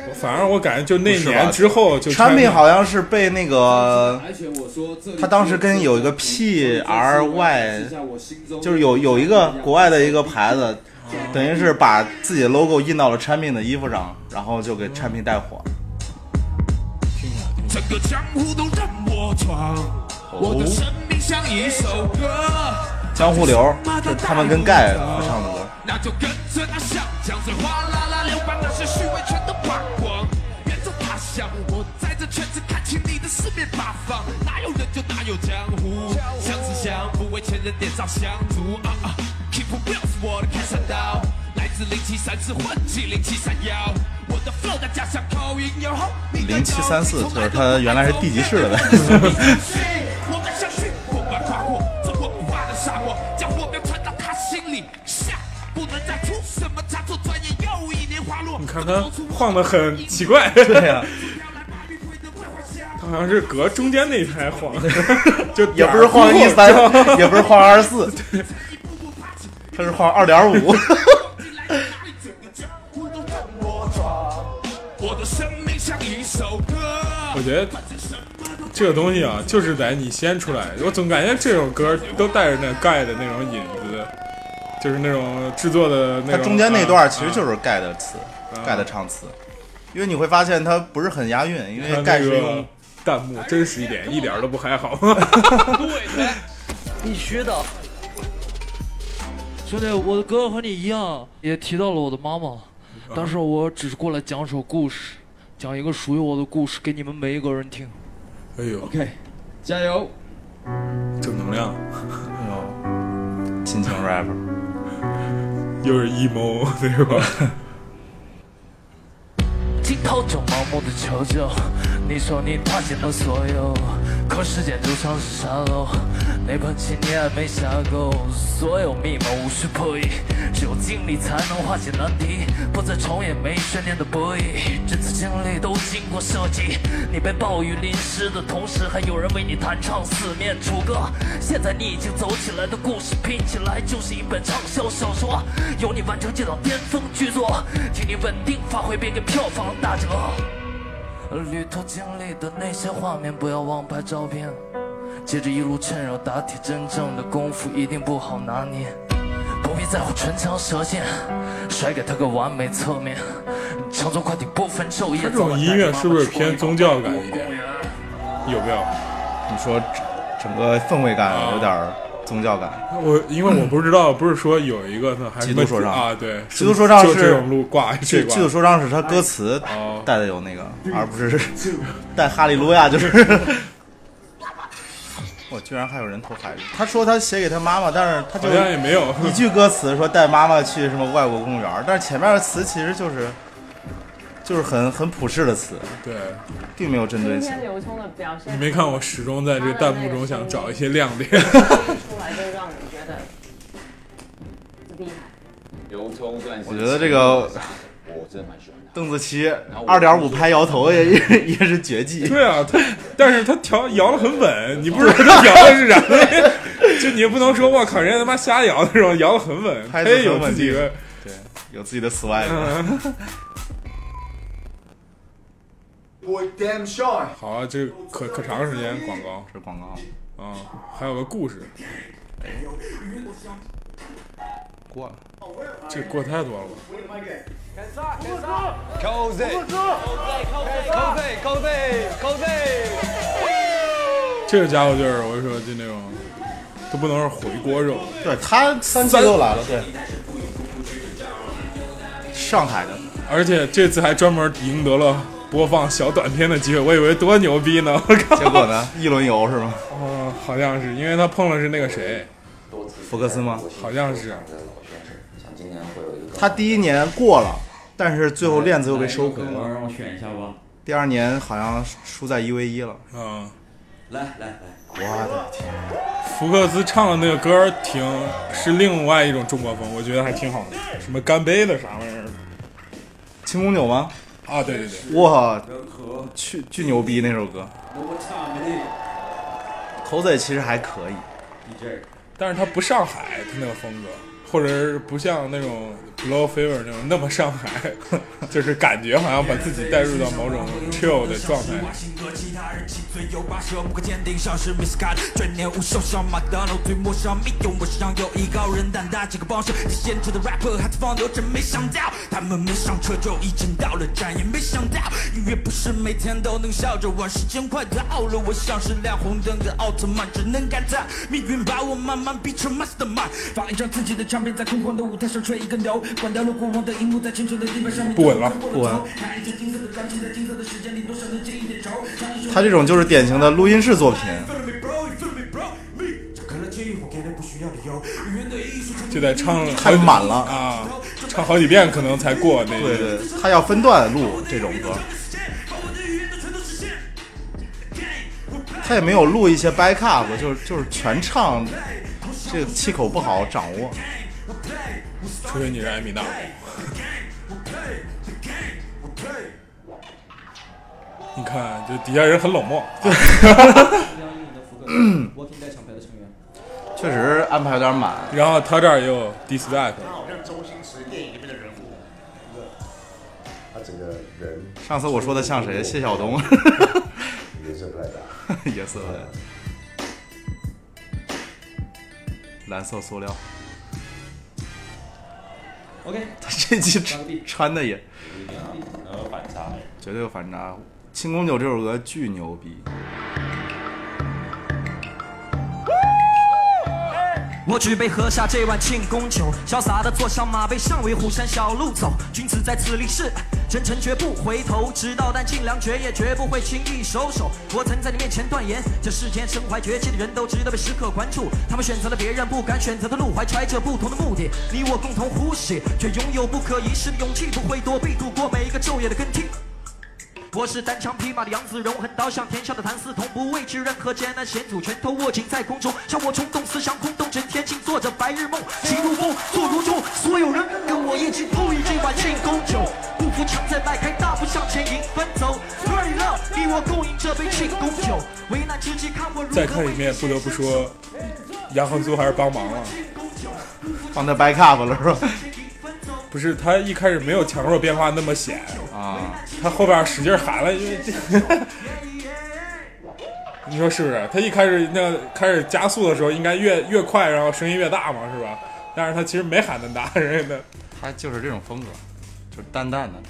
Speaker 2: 我反正我感觉就那年之后就
Speaker 1: 产
Speaker 2: Champion
Speaker 1: 品好像是被那个他当时跟有一个 P R Y，就是有有一个国外的一个牌子，等于是把自己的 logo 印到了产品的衣服上，然后就给产品带火。
Speaker 19: 整个江湖都任我闯，我的生命像一首歌。
Speaker 1: 江湖流，这他们跟盖合唱的歌。
Speaker 19: 那就跟着它向江水哗啦啦流吧，那些虚伪全都扒光。远走他乡，我在这圈子看清你的四面八方，哪有人就哪有江湖，相思相不为前人点上香烛啊啊！Keep real 是我的开山刀，来自零七三四混迹零七三幺，我的 flow 在家乡口音有后，你的
Speaker 1: 零七三四就是他原来是地级市的呗。
Speaker 19: 我们相信，我们跨过这文化的沙漠，将我们传到他心里。下不能再出什么差错，转眼又一年花落。
Speaker 2: 你看他晃得很奇怪。
Speaker 1: 对呀、
Speaker 2: 他好像是隔中间那一排 晃，就
Speaker 1: 也不是晃一 三，也不是晃二十四，他是晃二点五。
Speaker 21: 我的生命像一首歌。
Speaker 2: 我觉得这个东西啊，就是得你先出来。我总感觉这首歌都带着那盖的那种引子，就是那种制作的那
Speaker 1: 它
Speaker 2: 种。
Speaker 1: 中间那
Speaker 2: 嗯
Speaker 1: 段其实就是是盖的词，
Speaker 2: 啊
Speaker 1: 盖的唱词，因为你会发现它不是很押韵，因
Speaker 2: 它
Speaker 1: 为
Speaker 2: 那
Speaker 1: 盖是
Speaker 2: 个
Speaker 1: 用
Speaker 2: 弹幕真实一点，一点都不还好。
Speaker 21: 必须的。
Speaker 17: 兄弟，我的歌和你一样，也提到了我的妈妈，但是我只是过来讲首故事，讲一个属于我的故事给你们每一个人听。
Speaker 2: 哎呦
Speaker 17: ，OK，
Speaker 15: 加油！
Speaker 2: 正能量，
Speaker 1: 亲情 rap，
Speaker 2: 又是 emo 对吧？
Speaker 17: 镜头中盲目的求救，你说你踏尽了所有，可时间就像是沙漏，那盆情你还没下够，所有密码无需破译，只有经历才能化解难题，不再重演没悬念的博弈，这次经历都经过设计，你被暴雨淋湿的同时，还有人为你弹唱四面楚歌，现在你已经走起来的故事拼起来就是一本畅销小说，由你完成这档巅峰巨作，请你稳定发挥，别给票房打折。旅途经历的那些画面，不要忘拍照片。接着一路趁热打铁，真正的功夫一定不好拿捏。不必在乎唇枪舌剑，甩给他个完美侧面。乘坐快艇不分昼夜。
Speaker 2: 这种音乐是不是偏宗教感一点？有没有？
Speaker 1: 你说整整个氛围
Speaker 2: 啊
Speaker 1: 感有点儿宗教感。
Speaker 2: 我因为我不知道，不是说有一个他还
Speaker 1: 基督说唱
Speaker 2: 啊？对，
Speaker 1: 基督说唱
Speaker 2: 就是这种路挂
Speaker 1: 基
Speaker 2: 这挂。
Speaker 1: 基督说唱是他歌词
Speaker 2: 哦
Speaker 1: 带的有那个，而不是带哈利路亚，就是。 我居然还有人投海里，他说他写给他妈妈，但是他就
Speaker 2: 好像也没有
Speaker 1: 一句歌词说带妈妈去什么外国公园儿，但是前面的词其实就是就是很很普世的词，
Speaker 2: 对，
Speaker 1: 并没有针对
Speaker 6: 今
Speaker 1: 性
Speaker 6: 天。刘聪的表现，
Speaker 2: 你没看我始终在这个弹幕中想找一些亮点。
Speaker 6: 出来就让你觉得厉害。
Speaker 12: 刘聪算是
Speaker 1: 我觉得这个
Speaker 12: 我真的蛮喜欢
Speaker 1: 邓紫棋二点五拍摇头也 也也是绝技，
Speaker 2: 对啊，他但是他调摇得很稳，你不知道他摇的是啥东西， 就你也不能说我靠，人家他妈瞎摇那种，摇得很稳，他
Speaker 1: 拍子
Speaker 2: 也有
Speaker 1: 很稳
Speaker 2: 自己
Speaker 1: 定
Speaker 2: 的。
Speaker 1: 对，有自己的 swag。
Speaker 7: Boy, damn sure.
Speaker 2: 好啊，这可可长时间广告，
Speaker 1: 是广告
Speaker 2: 啊，还有个故事，
Speaker 1: 过了，
Speaker 2: 这过太多了吧？
Speaker 4: Cozy，
Speaker 2: 这个家伙就是我就说就那种，都不能是回锅肉，
Speaker 1: 对他三季都来了，对，上海的，
Speaker 2: 而且这次还专门赢得了播放小短片的机会，我以为多牛逼呢，我靠！
Speaker 1: 结 果呢，一轮游是吗？
Speaker 2: 哦，好像是，因为他碰了是那个谁，
Speaker 1: 福克斯吗？
Speaker 2: 好像是，
Speaker 12: 想今年会有一个
Speaker 1: 他第一年过了，但是最后链子又被收回
Speaker 12: 来
Speaker 1: 了。
Speaker 12: 让我选一下吧。
Speaker 1: 第二年好像输在一 v 一了。
Speaker 2: 嗯，
Speaker 12: 来来来，
Speaker 1: 我的天！
Speaker 2: 福克斯唱的那个歌儿挺是另外一种中国风，我觉得还挺好的，什么干杯的啥玩意儿的
Speaker 1: 青红酒吗？
Speaker 2: 啊，对对对，
Speaker 1: 哇，巨巨牛逼那首歌，口仔其实还可以。
Speaker 2: 但是他不上海，他那个风格，或者是不像那种 Blow Fever 那种那么上海， 就是感觉好像把自己带入到某种 chill 的状态里。
Speaker 22: 性格，其他人七嘴有八舌，目光坚定，像是 Miss Card。转念无受伤，马德楼最陌生，没有我身上有一高人，但他这个帮手，你先知的 rapper 还在放流，真没想到他们没上车就已经到了站，也没想到音乐不是每天都能笑着玩，时间快到了，我像是亮红灯的奥特曼，只能感叹命运把我慢慢逼成 mastermind。发一张自己的唱片，在空旷的舞台上吹一个牛，关掉了过往的荧幕，在清澈的地板上面
Speaker 1: 不稳了不稳。他这种就是典型的录音室作品，
Speaker 2: 就得唱
Speaker 1: 太满了
Speaker 2: 啊，唱好几遍可能才过那。
Speaker 1: 对对，他要分段录这种歌。他也没有录一些 back up，就是就是全唱，这个气口不好掌握。
Speaker 2: 除非你是艾米纳，你看，这底下人很冷漠。
Speaker 1: Walking 确实安排有点满。
Speaker 2: 然后他这儿也有 d i s t a c
Speaker 23: 好像周星驰电影里面的人物。
Speaker 24: 他整个人
Speaker 1: 上次我说的像谁？谢晓东，
Speaker 24: 也是派的。
Speaker 1: 也是的，蓝色塑料。
Speaker 25: OK，
Speaker 1: 他这期穿穿的也
Speaker 25: 然后反差。
Speaker 1: 绝对有反差。《清宫九》这首歌巨牛逼，
Speaker 9: 我举杯喝下这碗庆功酒，潇洒的坐上马背上，为虎山小路走。君子在此立世，真诚绝不回头，直到弹尽粮绝，也绝不会轻易收手。我曾在你面前断言，这世间身怀绝技的人都值得被时刻关注。他们选择了别人不敢选择的路，怀揣着不同的目的。你我共同呼吸，却拥有不可一世的勇气，不会躲避，度过每一个昼夜的更替。我是单枪匹马的杨子荣，横刀向天下的谭嗣同，不畏惧任何艰难险阻，拳头握紧在空中，消我冲动，思想空洞，整天静坐着白日梦， 情如风，坐如钟，所有人跟我一起碰一这碗庆功酒，不服强再迈开大步向前迎奔走，对了，你我共饮这杯庆功酒，危难之际看我如
Speaker 2: 再
Speaker 9: 何
Speaker 2: 看一遍，不得不说，杨恒苏还是帮忙啊了。
Speaker 1: 放他 back up 了是吧？
Speaker 2: 不是，他一开始没有强弱变化那么显
Speaker 1: 啊，
Speaker 2: 他后边使劲喊了，因为这， 你说是不是？他一开始那开始加速的时候，应该越越快，然后声音越大嘛，是吧？但是他其实没喊那么大，人家的
Speaker 1: 他就是这种风格，就是淡淡的。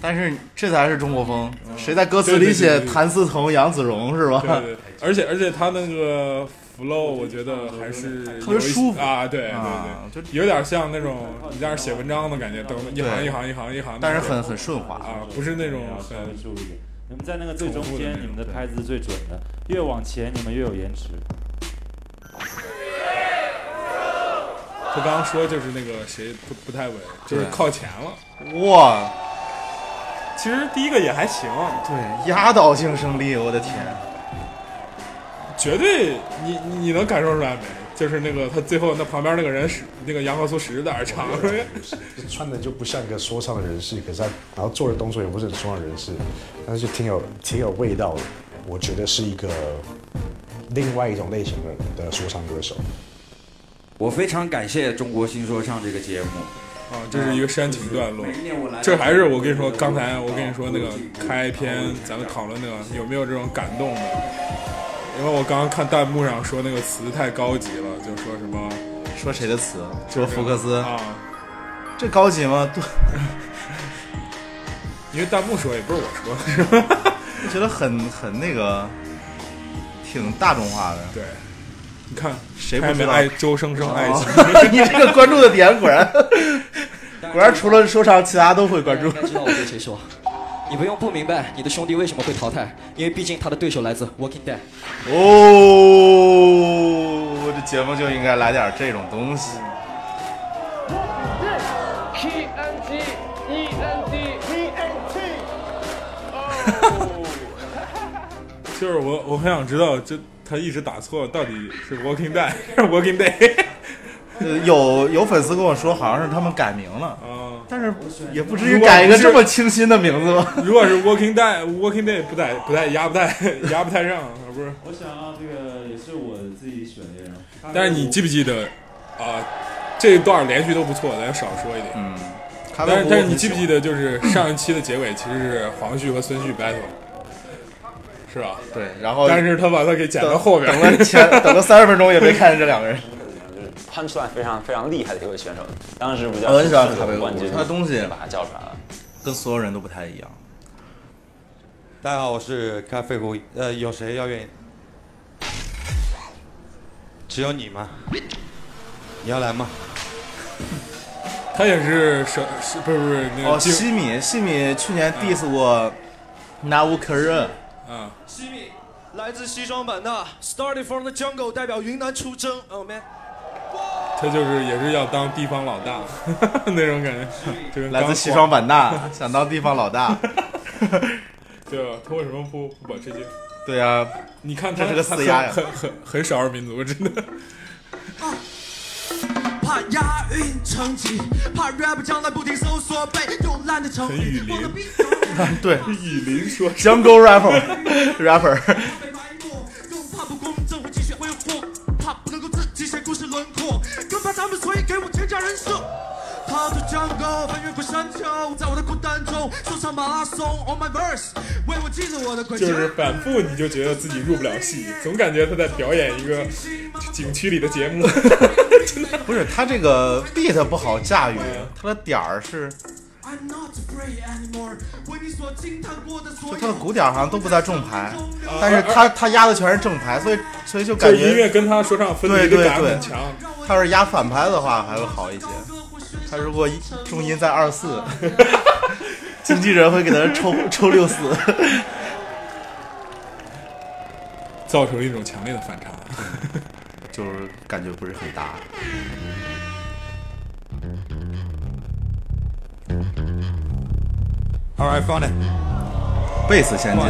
Speaker 1: 但是这才是中国风，谁在歌词里
Speaker 2: 对对
Speaker 1: 写
Speaker 2: 对对
Speaker 1: 谭嗣同、杨子荣是吧？
Speaker 2: 对对，而且而且他那个 flow，我觉得还是
Speaker 1: 特别舒
Speaker 2: 服啊，对对
Speaker 1: 啊
Speaker 2: 对，有点像那种你在那儿写文章的感觉，等一行一行一行一行，
Speaker 1: 但是很很顺滑
Speaker 2: 啊，不是那种
Speaker 26: 要稍
Speaker 2: 很
Speaker 26: 微注意一点。你们在那个最中
Speaker 2: 重复的
Speaker 26: 间
Speaker 2: 那，
Speaker 26: 你们的拍子是最准的，越往前你们越有延迟。
Speaker 2: 他刚刚说就是那个谁不不太稳，就是
Speaker 1: 对
Speaker 2: 靠前了。
Speaker 1: 哇，
Speaker 2: 其实第一个也还行，
Speaker 1: 对，压倒性胜利，我的天！
Speaker 2: 绝对你你你能感受出来没？就是那个他最后那旁边那个人使那个杨和苏使劲在那儿唱，
Speaker 24: 穿的就不像一个说唱人士，可是他然后做的动作也不是很说唱人士，但是就挺有挺有味道的。我觉得是一个另外一种类型的的说唱歌手。
Speaker 27: 我非常感谢《中国新说唱》这个节目。
Speaker 2: 啊，这是一个煽情段落。这还是我跟你说，刚才我跟你说那个开篇咱们讨论那个有没有这种感动的，因为我刚刚看弹幕上说那个词太高级了，就说什么
Speaker 1: 说谁的词？就福克斯
Speaker 2: 啊，
Speaker 1: 这高级吗？对，
Speaker 2: 因为弹幕说也不是我说的，是吧？
Speaker 1: 我觉得很很那个，挺大众化的。
Speaker 2: 对，你看
Speaker 1: 谁
Speaker 2: 还
Speaker 1: 不
Speaker 2: 没
Speaker 1: 知道
Speaker 2: 爱周生生爱情
Speaker 1: 哦你这个关注的点果然，果然除了说唱，其他都会关 注
Speaker 27: 应。该知道我对谁说。你不用不明白你的兄弟为什么会淘汰，因为毕竟他的对手来自 Walking Dead。
Speaker 1: 哦，这节目就应该来点这种东西。
Speaker 28: T N T E N T T N T。
Speaker 2: 就是我我很想知道，这他一直打错，到底是 Walking Dead 还是 Walking Day？
Speaker 1: 呃有有粉丝跟我说，好像是他们改名了，
Speaker 2: 啊，
Speaker 1: 但是也不至于改一个这么清新的名字吧？
Speaker 2: 如果是 Walking Dead，Walking Day 不太不太压不太压不太上，不是？
Speaker 26: 我想要这个也是我自己选的人，
Speaker 2: 但是你记不记得啊？这段连续都不错，咱少说一点。
Speaker 1: 嗯，
Speaker 2: 但是但是你记不记得，就是上一期的结尾其实是黄旭和孙旭 battle，是吧？
Speaker 1: 对，然后
Speaker 2: 但是他把它给剪到后边，
Speaker 1: 哦等了前等了三十分钟也没看见这两个人。
Speaker 29: 潘出来非常非常厉害的一位选手，当时不叫
Speaker 1: 我很喜欢咖啡
Speaker 29: 冠军
Speaker 1: 呃屋，，他的东西
Speaker 29: 把他叫出来了。
Speaker 1: 跟所有人都不太一样。
Speaker 7: 大家好，我是咖啡壶。呃，有谁要愿意？只有你吗？你要来吗？
Speaker 2: 他也是是是不是不是那个
Speaker 1: 哦，
Speaker 2: 进
Speaker 1: 西米西米去年 diss 过 n a u k a r a
Speaker 2: 啊，
Speaker 30: 西米，来自西双版纳，Started from the jungle，代表云南出征。Oh man，
Speaker 2: 他就是也是要当地方老大 那种感觉，就跟
Speaker 1: 来
Speaker 2: 刚
Speaker 1: 自西双版
Speaker 2: 黄
Speaker 1: 纳，想当地方老 大。
Speaker 2: 对吧？他为什么不不把这些？
Speaker 1: 对啊呀、
Speaker 2: 你看他
Speaker 1: 这是个
Speaker 2: 他
Speaker 1: 四丫呀
Speaker 2: 很很很很少数民族，真的。
Speaker 22: 怕押韵成疾，怕 rap 将来不停搜索被用烂的成语。
Speaker 1: 对，雨林说 Jungle rapper rapper，
Speaker 22: 怕不公正会继续挥霍，怕不能够自己写故事轮廓，更怕他们，所以给我添加人设。逃出江沟，翻越过山丘，在我的孤单中说唱马拉松，On my verse，为我记着我的轨迹。
Speaker 2: 就是反复你就觉得自己入不了戏，总感觉他在表演一个景区里的节 目。
Speaker 1: 不是他这个 beat 不好驾驭，他的点儿是，
Speaker 22: I'm not afraid anymore，为你所惊叹过的所
Speaker 1: 就
Speaker 22: 有。
Speaker 1: 他的鼓点儿好像都不在正拍，但是他他压的全是正拍，所以所以就感
Speaker 2: 就是
Speaker 1: 觉
Speaker 2: 音乐跟他说唱分
Speaker 1: 对
Speaker 2: 离的
Speaker 1: 对
Speaker 2: 感
Speaker 1: 对
Speaker 2: 很强。
Speaker 1: 他要是压反拍的话还会好一些，他如果一重音在二四， 经纪人会给他抽抽六四。
Speaker 2: 造成一种强烈的反差，
Speaker 1: 就是感觉不是很搭。
Speaker 31: All right, found it.
Speaker 1: 贝斯先进，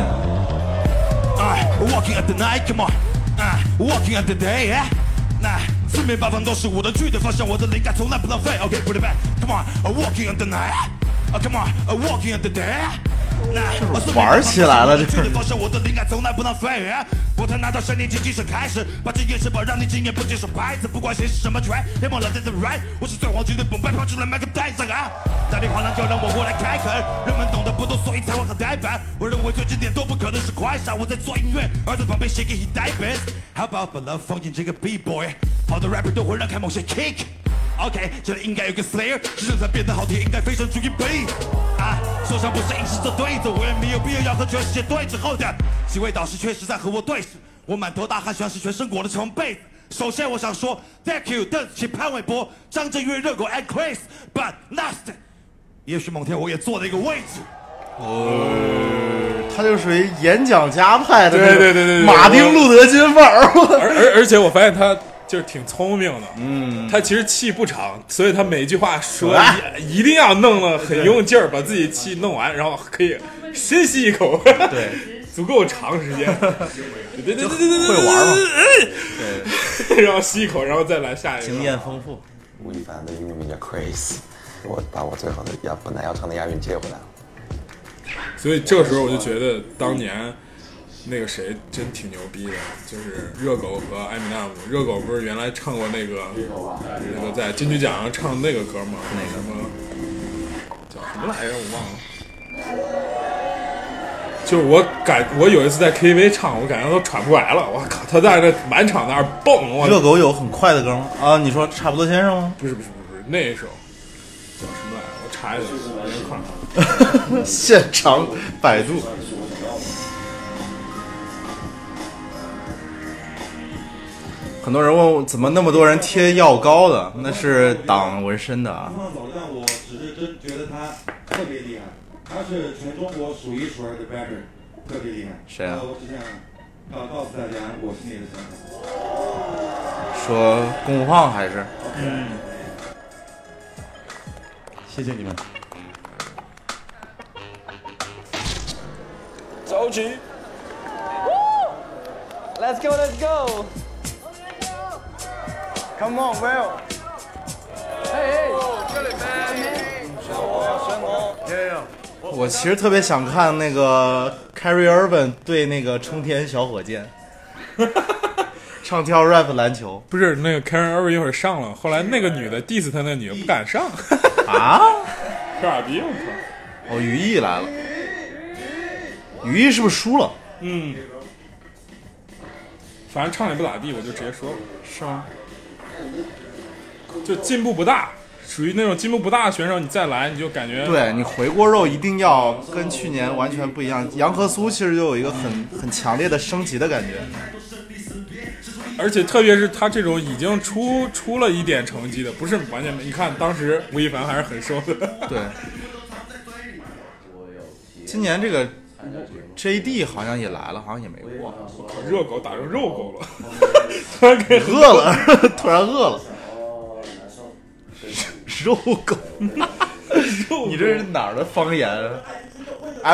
Speaker 7: Uh, walking up the night, come on. Uh, walking up the day, yeah. 那四面八方都是我的去的方向，我的灵感从来不浪费。OK，put、it back，come on，walking up the Uh, night，come on，walking up the day。那
Speaker 1: 玩起来了这
Speaker 7: 去的方向，我的灵感从来不浪费。我才拿到山林经济是开始，把这件事吧让你惊艳，不接受拍子，不管谁是什么权，天猫老在的 right，我是最黄金的澎湃，跑出来麦克戴森啊！大地黄狼就让我过来开垦，人们懂得不多，所以才会很呆板。我认为最经典都不可能是快闪，我在做音乐，而在旁边写给 he d i v e s How about 把 love 放进这个 b boy，好的 rapper 都会让开某些 kick。OK，这里应该有个 Slayer，是正才变得好听，应该飞升出一倍。啊，说唱不是影视这对子，我也没有必要要和全世界对峙。后的几位导师确实在和我对视，我满头大汗，全是全身我的成辈子。首先我想说，Thank you，邓紫棋、潘玮柏、张震岳、热狗 and Chris，but last，也许某天我也坐那个位置。
Speaker 1: 哦，他就属于演讲家派的那
Speaker 2: 对对
Speaker 1: 种，
Speaker 2: 对对对，
Speaker 1: 马丁路德金范儿。
Speaker 2: 而而而且我发现他就是挺聪明的，嗯，他其实气不长，所以他每句话说
Speaker 1: 啊
Speaker 2: 一一定要弄得很用劲儿，把自己气弄完，然后可以深吸一口，
Speaker 1: 对，
Speaker 2: 足够长时间，对对对对对，
Speaker 1: 会玩嘛
Speaker 2: 对，然后吸一口，然后再来下一个，
Speaker 1: 经验丰富。
Speaker 3: 吴亦凡的英文名叫 Chris，我把我最后的要本来要唱的押韵接回来了。
Speaker 2: 所以这个时候我就觉得当年那个谁真挺牛逼的，就是热狗和艾米纳姆。热狗不是原来唱过那个那个在金曲奖上唱那个歌吗？那个什么叫什么来着？我忘了。就是我感，我有一次在 KTV 唱，我感觉都喘不过来了。我靠，他在那满场那儿蹦，我
Speaker 1: 热狗有很快的歌吗？啊，你说差不多先生吗？
Speaker 2: 不是不是不是那一首叫什么来着？我查一下，我一块儿。
Speaker 1: 现场百度。很多人问我怎么那么多人贴药膏的，那是挡纹身的啊。
Speaker 31: 放走，但我只是真觉得他特别厉害，他是全中国数一数二的 rapper，特别厉害。
Speaker 1: 谁啊
Speaker 31: 呃我只想呃告告诉大家我心里的想法。
Speaker 1: 说公无胖还是
Speaker 31: 嗯，
Speaker 9: 谢谢你们。
Speaker 4: 走起！Let's go, let's go. Come on, Will. Hey, hey. 生活，生活。Yeah.
Speaker 1: 我其实特别想看那个 Carrie Irvin 对那个冲天小火箭 唱跳 rap 篮球
Speaker 2: 不是 那个 Karen Irving 一会儿上了，后来那个女的 diss 他，那女的不敢上。
Speaker 1: 啊？
Speaker 2: 傻逼！我靠！
Speaker 1: 哦，于毅来了，于毅是不是输了？
Speaker 2: 嗯，反正唱也不咋地，我就直接说了。
Speaker 1: 是吗？
Speaker 2: 就进步不大，属于那种进步不大的选手，你再来你就感觉
Speaker 1: 对你回锅肉一定要跟去年完全不一样。杨和苏其实就有一个很很强烈的升级的感觉。
Speaker 2: 而且特别是他这种已经出出了一点成绩的，不是完全没。你看当时吴亦凡还是很瘦的。
Speaker 1: 对，今年这个 JD 好像也来了，好像也没过。
Speaker 2: 热狗打成肉狗了， 突然给
Speaker 1: 饿了， 突然饿了。肉狗， 你这是哪儿的方言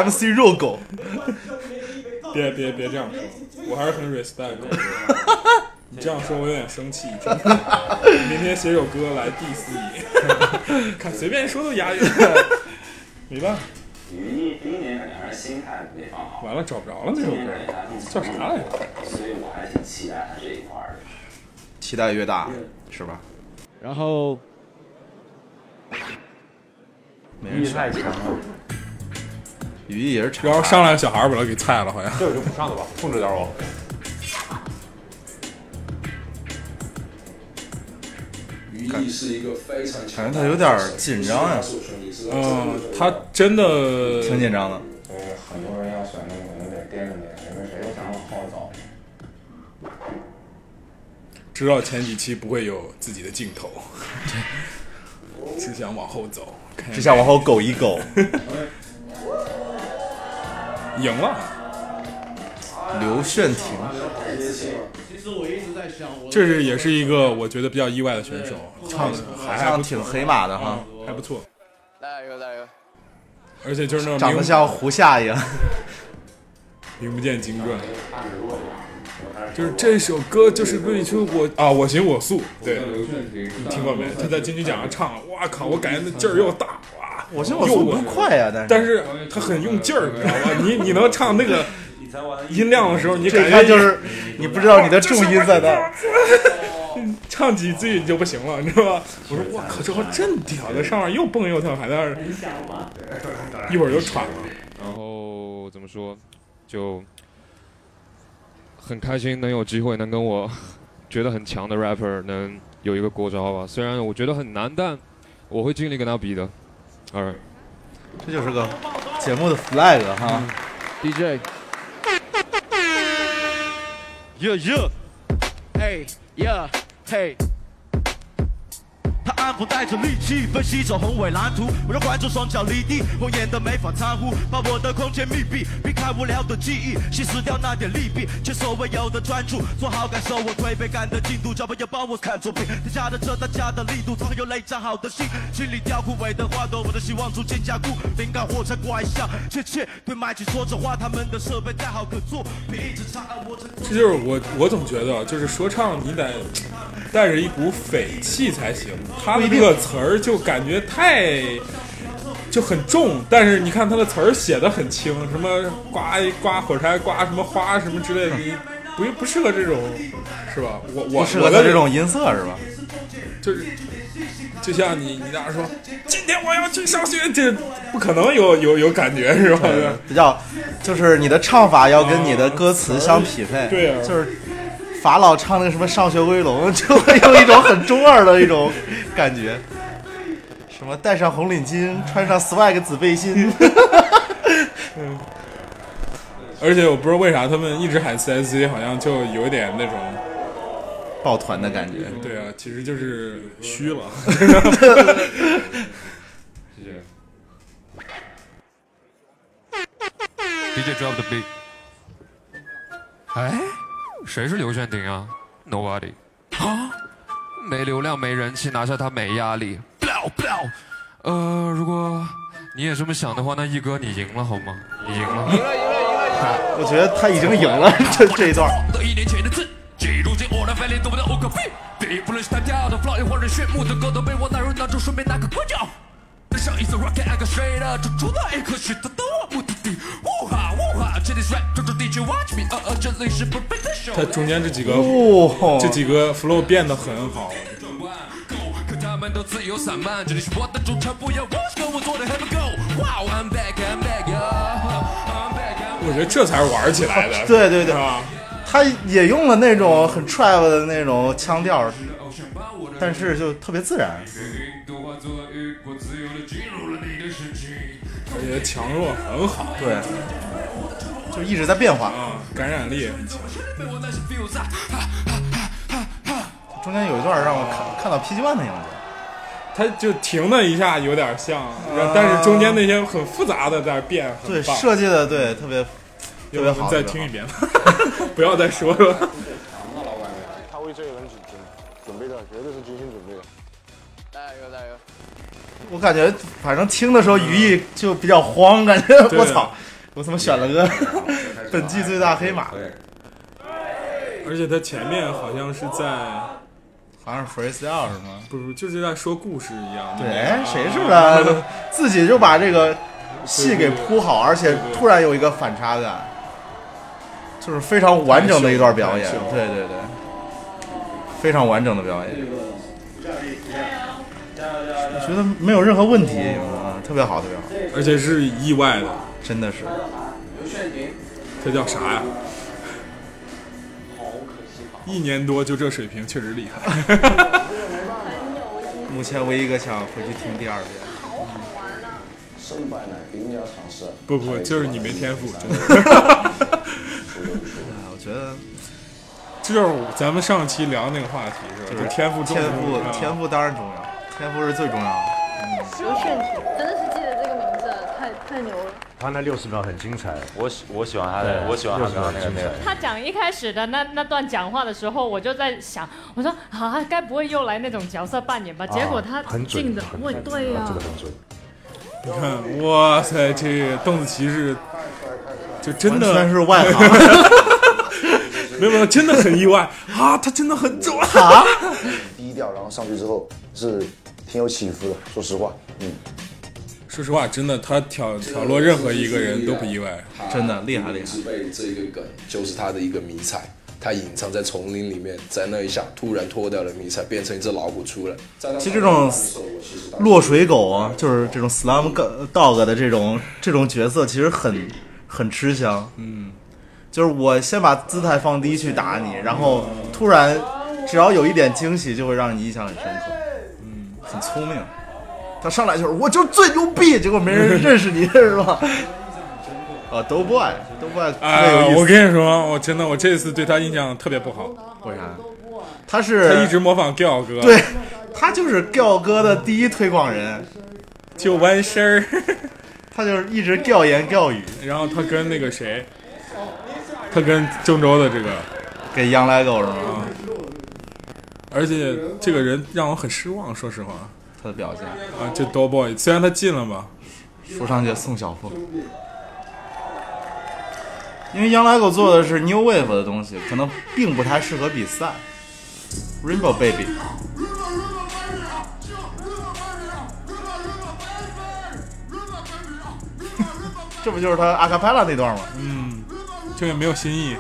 Speaker 1: ？MC 肉狗，
Speaker 2: 别别别这样说，我还是很 respect 狗的。你这样说，我有点生气。真的明天写首歌来 diss 你， 看随便说都押韵， 没办法。
Speaker 32: 于毅第一年感觉还是心态没放好，
Speaker 2: 完了找不着了那首歌叫啥来着？
Speaker 32: 所以我还挺期待他这一块儿的。
Speaker 1: 期待越大是吧？
Speaker 33: 然后
Speaker 1: 没人选语义也是查。
Speaker 2: 然后上来小孩儿把他给菜了，好像。
Speaker 18: 这个就不上了吧，控制点我。
Speaker 34: 于毅是一个非常强
Speaker 1: 感
Speaker 34: 大的
Speaker 1: 觉他有点紧张呀、
Speaker 2: 嗯，他真的
Speaker 1: 挺紧张的。
Speaker 34: 所以很多人要选那个，可能得掂量掂量，因为谁都想往后走。
Speaker 2: 知道前几期不会有自己的镜头， 只想往后走，看
Speaker 1: 只想往后苟一苟。
Speaker 2: 赢了。
Speaker 1: 刘炫廷，
Speaker 35: 其实我一直在想，我
Speaker 2: 这是也是一个我觉得比较意外的选手，唱的还还不错
Speaker 1: 挺黑马的哈
Speaker 2: 嗯还不错。
Speaker 36: 来一个，来一个。
Speaker 2: 而且就是那种
Speaker 1: 长得
Speaker 2: 名
Speaker 1: 像胡夏一样。
Speaker 2: 名不见经传。就是这首歌就是跪求我啊，我行我素，对，你听过没？他在金曲奖上唱，哇靠，我感觉那劲儿又大，哇，
Speaker 1: 我行我素不快呀但是
Speaker 2: 但是他很用劲儿，你知道吧？你你能唱那个音量的时候，你
Speaker 1: 这
Speaker 2: 感
Speaker 1: 一
Speaker 2: 觉
Speaker 1: 看就是你不知道你的重音在哪儿。
Speaker 2: 唱几句你就不行了，你知道吧？我说我靠，这号真屌，在上面又蹦又跳，还在那儿，一会儿就喘了。
Speaker 18: 然后怎么说，就很开心能有机会能跟我觉得很强的 rapper 能有一个过招吧。虽然我觉得很难，但我会尽力跟他比的。All right，
Speaker 1: 这就是个节目的 flag 哈。
Speaker 18: DJ，
Speaker 9: 耶耶，
Speaker 35: 哎呀，嘿。
Speaker 9: 他安抚带着戾气，分析着宏伟蓝图。我让观众双脚离地，我演得没法参呼，把我的空间密闭，避开无聊的记忆，吸食掉那点利弊，缺所未有的专注，做好感受我推杯干的进度，找朋友帮我看作品，天下的这大家的力度，才会有累长好的心，心里雕枯萎的花朵，我的希望逐渐加固，灵感火柴怪笑，切切对麦去说着话，他们的设备太好可做，别一直长按我成
Speaker 2: 这就是我，我总觉得就是说唱，你得带着一股匪气才行。他的这个词儿就感觉太就很重，但是你看他的词儿写的很轻，什么刮一刮火柴，刮什么花什么之类的，你不不适合这种，是吧？我我
Speaker 1: 不适合
Speaker 2: 我的
Speaker 1: 他这种音色是吧？
Speaker 2: 就是就像你你那说，今天我要去上学，这不可能有有有感觉是吧？
Speaker 1: 对比较就是你的唱法要跟你的歌词相匹配。
Speaker 2: 对啊
Speaker 1: 就是法老唱那个什么《上学归龙》， 就会有一种很中二的一种感觉。什么戴上红领巾，穿上 swag 紫背心，
Speaker 2: 而且我不知道为啥他们一直喊 CSC，好像就有一点那种
Speaker 1: 抱团的感觉。
Speaker 2: 对啊，其实就是虚了。
Speaker 18: 谢谢。DJ drop the beat。哎，谁是刘炫廷啊？Nobody。啊？没流量，没人气，拿下他没压力。biao biao。呃，如果你也这么想的话，那一哥你赢了好吗？你赢了。赢了，赢了，赢了。
Speaker 1: 我觉得他已经赢了这这一段。
Speaker 37: 的一年前的自己，如今我的翻脸都不能 OK 比，不论是单调的 flow，也或者炫目的歌，都被我纳入脑中，顺便拿个关掉。那上一次 rocket I got straight up，冲出那一刻，选择到我目的地。呜哈呜哈，这里是 rap，中中 DJ watch me，呃呃，这里是 perfection。
Speaker 2: 它 中间这几个、
Speaker 1: 哦
Speaker 2: 这几个 flow 变得很好，
Speaker 37: 可他们都自由散漫，这里是我的主场，不要 watch 跟我做的 have a go，wow，I'm back，I'm back，I'm back。
Speaker 2: 我觉得这才是玩起来的。
Speaker 1: 对对对
Speaker 2: 是吧，
Speaker 1: 他也用了那种很 trap 的那种腔调，但是就特别自然。
Speaker 2: 而且强弱很好，
Speaker 1: 对，就一直在变化
Speaker 2: 啊，感染力也很强。
Speaker 1: 中间有一段让我看看到 PG One 的影子，
Speaker 2: 它就停了一下，有点像，但是中间那些很复杂的在变，很
Speaker 1: 对
Speaker 2: 棒
Speaker 1: 设计的对特别特别
Speaker 2: 要不我
Speaker 1: 好。
Speaker 2: 们再
Speaker 1: 特别
Speaker 2: 听
Speaker 1: 好
Speaker 2: 一遍吧， 不要再说了。
Speaker 24: 他为这个人准准备的，绝对是精心准备的。
Speaker 36: 来一个，来一个。
Speaker 1: 我感觉反正听的时候语义就比较慌，感觉
Speaker 36: 对
Speaker 1: 我操，我怎么选了个本季最大黑马？
Speaker 2: 而且他前面好像是在，好像是 freestyle 是吗？不是，就是在说故事一样。
Speaker 1: 对，
Speaker 2: 啊
Speaker 1: 哎，谁知道 自己就把这个戏给
Speaker 2: 对对
Speaker 1: 铺好，而且突然有一个反差感，就是非常完整的一段表演
Speaker 2: 太秀了。
Speaker 1: 对对对，非常完整的表演，我觉得没有任何问题，嗯特别好，特别好。
Speaker 2: 而且是意外的，
Speaker 1: 真的是。
Speaker 31: 刘炫廷，
Speaker 2: 他叫啥呀？
Speaker 31: 好可惜啊！
Speaker 2: 一年多就这水平，确实厉害。
Speaker 1: 目前唯一一个想回去听第二遍，
Speaker 11: 胜败乃兵家常事。
Speaker 2: 不不，就是你没天赋，真的。
Speaker 1: 我觉得
Speaker 2: 这就是咱们上期聊那个话题是吧？
Speaker 1: 就是
Speaker 2: 就天赋重
Speaker 1: 天
Speaker 2: 不重啊要
Speaker 1: 赋，天赋当然重要，天赋是最重要的。
Speaker 5: 刘炫廷真的是记得这个名字，太太牛了。
Speaker 24: 他那六十秒很精彩，
Speaker 14: 我喜我喜欢他的，我喜欢他刚刚那个那个。
Speaker 6: 他讲一开始的那那段讲话的时候，我就在想，我说啊，该不会又来那种角色扮演吧？结果他
Speaker 2: 很准
Speaker 6: 进的
Speaker 2: 很
Speaker 6: 问
Speaker 2: 准
Speaker 6: 对呀、
Speaker 2: 这个很准你看，哇塞，这邓紫棋是，就真的
Speaker 1: 完全是外行
Speaker 2: 没有没有，真的很意外啊！他真的很准
Speaker 1: 啊！
Speaker 38: 低调，然后上去之后是挺有起伏的，说实话，嗯。
Speaker 2: 说实话，真的，他挑挑落任何一个人都不意外，
Speaker 1: 真的厉害厉害。
Speaker 15: 被这一个梗就是他的一个迷彩，他隐藏在丛林里面，在那一下突然脱掉了迷彩，变成一只老虎出来。
Speaker 1: 其实这种落水狗啊，就是这种 slum dog 呃的这种这种角色，其实很很吃香。
Speaker 2: 嗯，
Speaker 1: 就是我先把姿态放低去打你，然后突然只要有一点惊喜，就会让你印象很深刻。嗯，很聪明。他上来就是我就是最牛逼，结果没人认识你，是吧？啊，都不爱，都不爱。
Speaker 2: 哎
Speaker 1: 特别有意思
Speaker 2: 我跟你说，我真的，我这次对他印象特别不好。
Speaker 1: 为啥？他是
Speaker 2: 他一直模仿 Giao 哥，
Speaker 1: 对，他就是吊哥的第一推广人，
Speaker 2: 就完事儿。
Speaker 1: 他就是一直吊言吊语，
Speaker 2: 然后他跟那个谁，他跟郑州的这个，
Speaker 1: 给杨来狗是吗？
Speaker 2: 而且这个人让我很失望，说实话，
Speaker 1: 他的表现
Speaker 2: 啊，这 d o boy 虽然他进了吧，
Speaker 1: 说上去宋小凤。因为杨来狗做的是 new wave 的东西，可能并不太适合比赛。Rainbow Baby，这不就是他 a cappella 那段吗？
Speaker 2: 嗯，这个没有新意。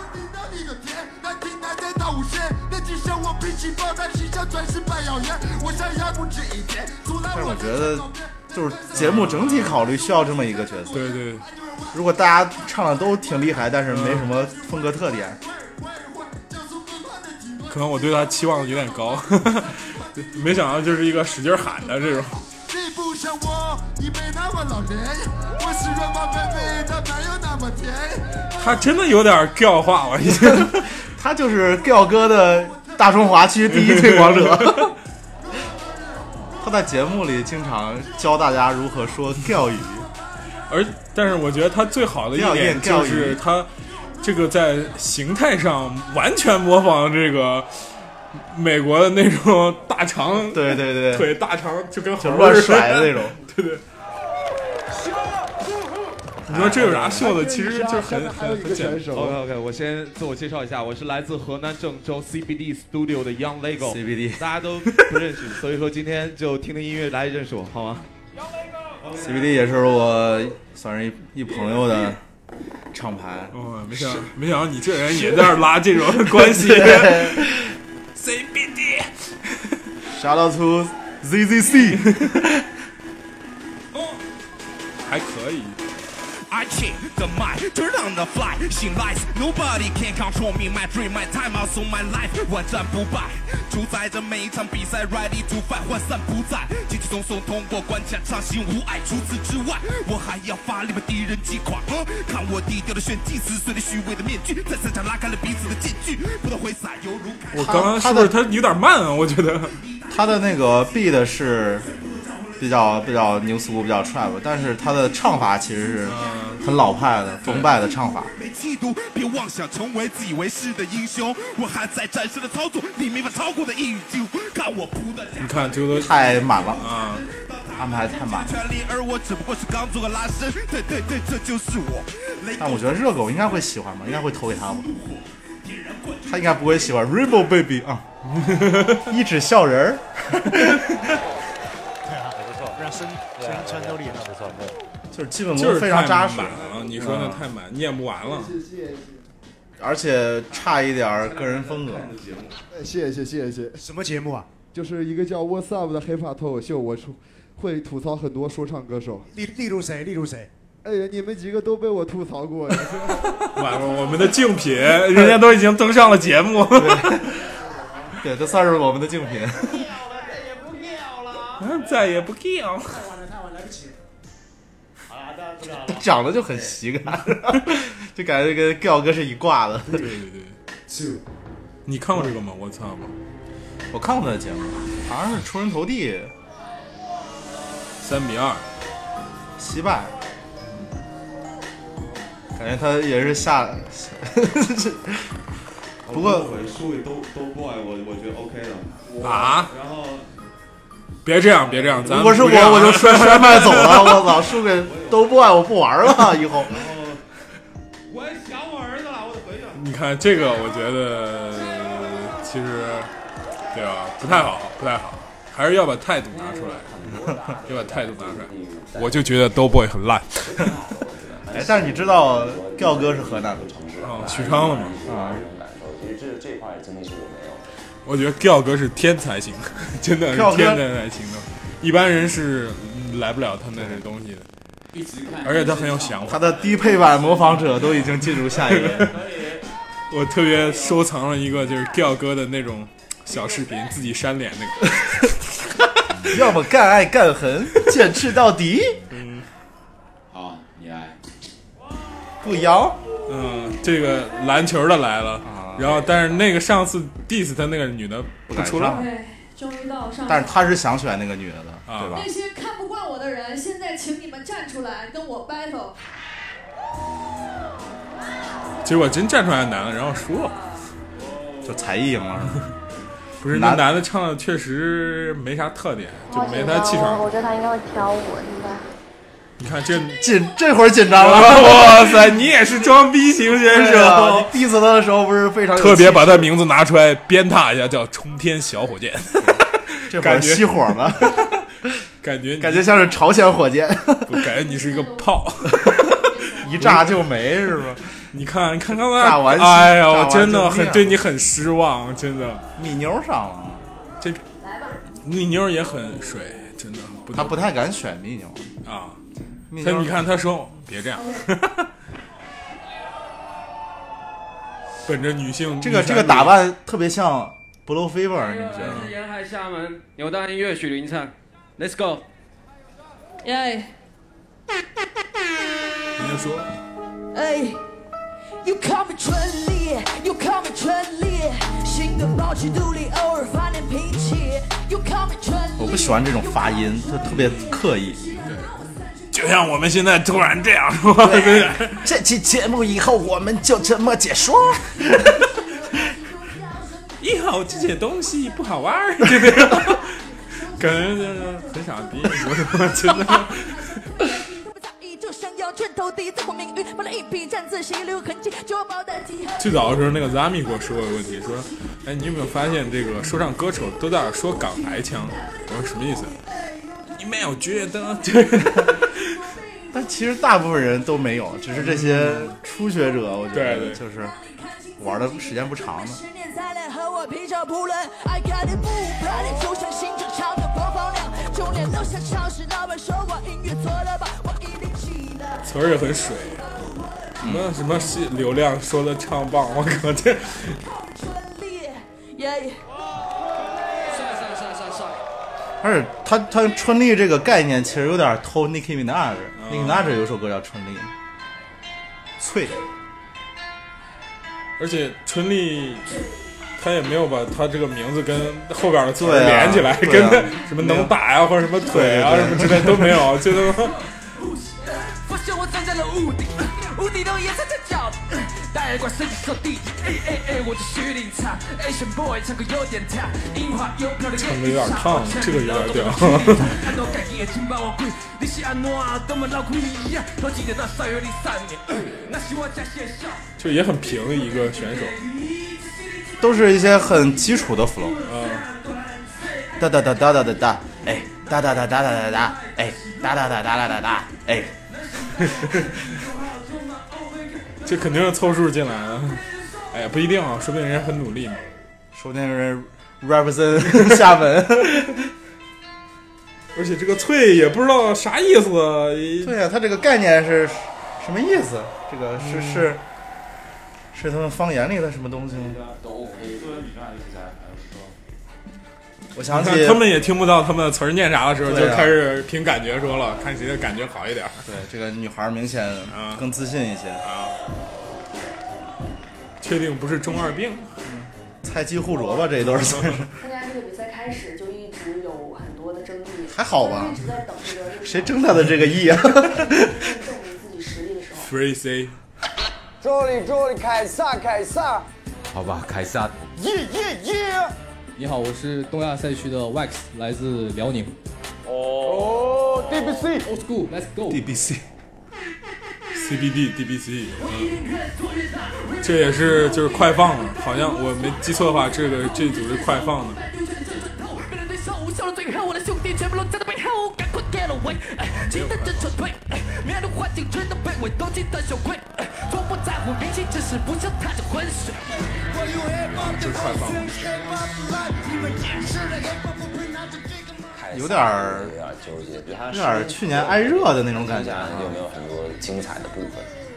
Speaker 1: 但是我觉得，就是节目整体考虑需要这么一个角色。
Speaker 2: 对对。
Speaker 1: 如果大家唱的都挺厉害，但是没什么风格特点，
Speaker 2: 可能我对他期望有点高， 没想到就是一个使劲喊的这种。
Speaker 21: 你不像我，你没那么老练。我是 r a b baby，它没有那么甜。
Speaker 2: 他真的有点 g 化，我已经。
Speaker 1: 他就是吊哥的大中华区第一推广者。 他在节目里经常教大家如何说钓鱼，
Speaker 2: 而但是我觉得他最好的一点
Speaker 1: 钓
Speaker 2: 就
Speaker 1: 鱼
Speaker 2: 是他这个在形态上完全模仿这个美国的那种大长，
Speaker 1: 对对 对
Speaker 2: 腿大长就跟猴
Speaker 1: 就
Speaker 2: 儿
Speaker 1: 乱
Speaker 2: 似的
Speaker 1: 甩的那种。
Speaker 2: 对对。你说这有啥秀的？其实就是很很很简单。
Speaker 19: OK OK，我先自我介绍一下，我是来自河南郑州 CBD Studio 的 Young Lego。
Speaker 1: CBD
Speaker 19: 大家都不认识，所以说今天就听听音乐来认识我，好吗？
Speaker 1: CBD 也是我算是一一朋友的厂牌。
Speaker 2: 哦，没想没想到你这人也在那儿拉这种关 系 CBD。
Speaker 1: Shout out to ZZC。
Speaker 2: 还可以。
Speaker 7: I keep the mic, turn on the fly, she lies. Nobody can control me, my dream, my time, also my life. 万战不败，主宰着每一场比赛，ready to fight，涣散不在，轻轻松松通过关卡，畅行无碍。除此之外，我还要发力把敌人击垮。嗯看我低调的炫技，撕碎了虚伪的面具，在赛场拉开了彼此的间距，不断挥洒犹如。
Speaker 2: 我刚刚是不是他有点慢啊？我觉得
Speaker 1: 他的那个 beat 是比较比较 new school 比较 trap，但是他的唱法其实是很老派的澎湃的唱法。
Speaker 7: 没嫉妒，别妄想成为自以为是的英雄。我还在展示的操作，你没法超过的一语惊。看我扑的
Speaker 2: 你看这个
Speaker 1: 太满了
Speaker 2: 啊，
Speaker 1: 安排太满了。
Speaker 7: 全力，而我只不过是刚做个拉伸。对对对，这就是我。雷
Speaker 1: 但我觉得热狗应该会喜欢吧，应该会投给他吧。他应该不会喜欢 Rainbow Baby 啊， 一指笑人儿。
Speaker 24: 不错，让声声音穿透力很好，
Speaker 1: 啊
Speaker 24: 不错，
Speaker 1: 就是基本
Speaker 2: 就
Speaker 1: 功
Speaker 2: 是
Speaker 1: 非常扎实
Speaker 2: 太满了，你说那太满，念不完了。
Speaker 1: 而且差一点儿个人风格。
Speaker 39: 哎谢谢谢谢谢。
Speaker 24: 什么节目啊？
Speaker 39: 就是一个叫 What's Up 的 hip hop 脱口秀，我出会吐槽很多说唱歌手。
Speaker 24: 例例如谁？例如谁？
Speaker 39: 哎呀，你们几个都被我吐槽过。
Speaker 2: 完了，我们的竞品，人家都已经登上了节目。
Speaker 1: 对，这算是我们的竞品。
Speaker 2: 再也不 kill。
Speaker 24: 太晚了，太晚，来不及。好了，大家知道了。
Speaker 1: 长得就很喜感， 就感觉跟 Giao 哥是一挂的。对
Speaker 2: 对对，是。你看过这个吗？我操吗？
Speaker 1: 我看过他的节目，好像是出人头地，
Speaker 2: 三比二，
Speaker 1: 惜败。感觉他也是下， 不过
Speaker 19: 回数都都 boy，我我觉得 OK 的。
Speaker 2: 啊
Speaker 19: 然后
Speaker 2: 别这样，别这样，咱啊
Speaker 1: 如果是我，我就摔摔麦走了。我操，输给都不爱，我不玩了，以后。
Speaker 19: 我也想我儿子了，我得回去。
Speaker 2: 你看这个，我觉得其实对吧，不太好，不太好，还是要把态度拿出来， 要把态度拿出来。我就觉得 d o Boy 很烂。
Speaker 1: 哎，但是你知道 Giao 哥是河南的，
Speaker 2: 哦，许昌了吗？
Speaker 1: 啊，
Speaker 18: 其实这这一块真的是我没有。
Speaker 2: 我觉得 Giao 哥是天才型的，真的是
Speaker 1: Giao 哥
Speaker 2: 天才型的，一般人是嗯来不了他那些东西的。而且他很有想法。
Speaker 1: 他的低配版模仿者都已经进入下一轮。
Speaker 2: 我特别收藏了一个就是 Giao 哥的那种小视频，自己扇脸那个。
Speaker 1: 要么干爱干 横，剑刺到底，嗯
Speaker 19: 好，你来。
Speaker 1: 不摇。
Speaker 2: 嗯，这个篮球的来了，
Speaker 18: 啊
Speaker 2: 然后但是那个上次 diss 他那个女的不
Speaker 1: 敢
Speaker 2: 出
Speaker 1: 上
Speaker 2: 来，
Speaker 40: 对，终于到上。
Speaker 1: 但是他是想选那个女的的，对吧
Speaker 40: 那？些看不惯我的人，现在请你们站出来跟我 battle。
Speaker 2: 结果真站出来男的，然后输了，
Speaker 1: 就才艺赢了是吗？
Speaker 2: 不是，那
Speaker 1: 男
Speaker 2: 男的唱的确实没啥特点，就没他气
Speaker 6: 哦我
Speaker 2: 场。
Speaker 6: 觉得他应该会挑我，应该。
Speaker 2: 你看这
Speaker 1: 紧这会儿紧张了。
Speaker 2: 哇塞，你也是装逼型 选
Speaker 1: 对啊
Speaker 2: 手，
Speaker 1: 你 diss 他的时候不是非常 有
Speaker 2: 特别把
Speaker 1: 气
Speaker 2: 他名字拿出来鞭挞一下，叫冲天小火箭，
Speaker 1: 这会儿
Speaker 2: 感觉
Speaker 1: 熄火了，
Speaker 2: 感觉
Speaker 1: 感觉像是朝鲜火箭，
Speaker 2: 不感觉你是一 个炮，
Speaker 1: 一炸就没是吧？
Speaker 2: 你看，你看刚才
Speaker 1: 炸完
Speaker 2: 哎呀，
Speaker 1: 炸
Speaker 2: 我
Speaker 1: 完
Speaker 2: 真的
Speaker 1: 就
Speaker 2: 很
Speaker 1: 灭
Speaker 2: 对你很失望，真的。
Speaker 1: 米妞上了，
Speaker 2: 这米妞也很水，真的。
Speaker 1: 他不太敢选米妞
Speaker 2: 啊。
Speaker 1: 米
Speaker 2: 他
Speaker 1: 妞，
Speaker 2: 你看他说别这样，本着女性
Speaker 1: 这个这个打，扮特别像 Blue Fever，你们觉得吗？
Speaker 17: 是沿海厦门扭蛋音乐许林灿，Let's go。
Speaker 9: 哎
Speaker 2: 你就说
Speaker 9: 哎。又靠美纯烈，又靠美纯烈，行动保持独立，偶尔发点脾气。又靠美纯
Speaker 1: 我不喜欢这种发音，就特别刻意。
Speaker 2: 就像我们现在突然这样说，对
Speaker 41: 这期节目以后我们就这么解说。
Speaker 2: 以后这些东西不好玩儿， 这个感觉就是很傻逼， 我真的。
Speaker 9: 就想要拳头抵在我命运，买了一匹战自行，留痕迹，就要保单体。
Speaker 2: 最早的时候，那个 Zami 给我说过一个问题，说，哎，你有没有发现这个说唱歌手都在说港台腔？我说什么意思？你没有觉得？
Speaker 1: 但其实大部分人都没有，只是这些初学者，我觉得就是玩的时间不长的。
Speaker 9: 十年才来和我皮着不伦，爱看的不看的，就像新正常的播放量。就连楼下超市老板说我音乐错了吧，我已经起了。
Speaker 2: 词儿也很水，什么什么是流量说的唱棒，我靠这
Speaker 9: 耶！
Speaker 17: 帅帅帅帅帅！
Speaker 1: 而且他他春丽这个概念其实有点偷 Nicki Minaj，Nicki Minaj 有首歌叫《春丽》，脆。
Speaker 2: 而且春丽，她也没有把她这个名字跟后边的词儿
Speaker 1: 对啊
Speaker 2: 连起来，
Speaker 1: 对
Speaker 2: 跟
Speaker 1: 啊
Speaker 2: 她什么能打呀、或者什么腿啊
Speaker 1: 对对
Speaker 2: 什么之类都没有，就他妈
Speaker 9: 哎
Speaker 17: 发现我站在了屋顶，屋顶的颜色在叫，大眼怪身体扫地，哎哎哎，我就是徐林灿，Asian
Speaker 9: 哎
Speaker 17: boy 唱歌有点跳，樱花有飘的
Speaker 2: 唱的有点烫，这个有点屌。
Speaker 17: 看到盖也金把我跪，你是安诺啊，跟我老鬼一样，都记得到三月零三年，那是我家学校。
Speaker 2: 就也很平的一个选手。
Speaker 1: 都是一些很基础的 flow，哒哒哒哒哒哒哒，哎，哒哒哒哒哒哒哒，哎，哒哒哒哒哒哒哒，哎，
Speaker 2: 这肯定是凑数进来的。哎呀，不一定啊，说不定人家很努力呢。
Speaker 1: 说不定人 represent 厦门。
Speaker 2: 而且这个“脆”也不知道啥意思啊。对
Speaker 1: 呀、他这个概念是 什么意思？这个是、是是他们方言里的什么东西吗？
Speaker 13: 都 OK。作文比上 H 三还是说，
Speaker 1: 我想
Speaker 2: 你
Speaker 1: 起
Speaker 2: 看他们也听不到他们的词儿念啥的时候，
Speaker 1: 对
Speaker 2: 就
Speaker 1: 啊
Speaker 2: 开始凭感觉说了，看谁的感觉好一点。
Speaker 1: 对，这个女孩明显更自信一些
Speaker 2: 啊。确定不是中二病？
Speaker 1: 菜鸡互啄吧，这都是 算是。
Speaker 3: 参加这个比赛开始就一直有很多的争议，
Speaker 1: 还好吧
Speaker 3: 一直在等这个日
Speaker 1: 谁争他的这个意啊？
Speaker 2: Free C，
Speaker 4: 助理助理，凯撒凯 撒，
Speaker 9: 好吧，凯撒。
Speaker 4: 耶耶耶！
Speaker 9: 你好，我是东亚赛区的 Wax，来自辽宁。
Speaker 4: 哦，DBC
Speaker 9: Old School，Let's go。
Speaker 2: DBC。CBD DBC，嗯，这也是就是快放的，好像我没记错的话，这个这组是快放的。
Speaker 42: 面对对手，笑到最后，我的兄弟全部都站在背后，赶快 get away！哎
Speaker 3: 记得真纯粹，哎面对环境真的被伪都记得羞愧，哎从不在乎人心，只是不想踏着浑水。
Speaker 2: 就是快放的。
Speaker 1: 有点儿，
Speaker 10: 有点儿纠结，就他
Speaker 1: 有点儿去年挨热的那种感觉啊
Speaker 10: 有没有很多精彩的部分，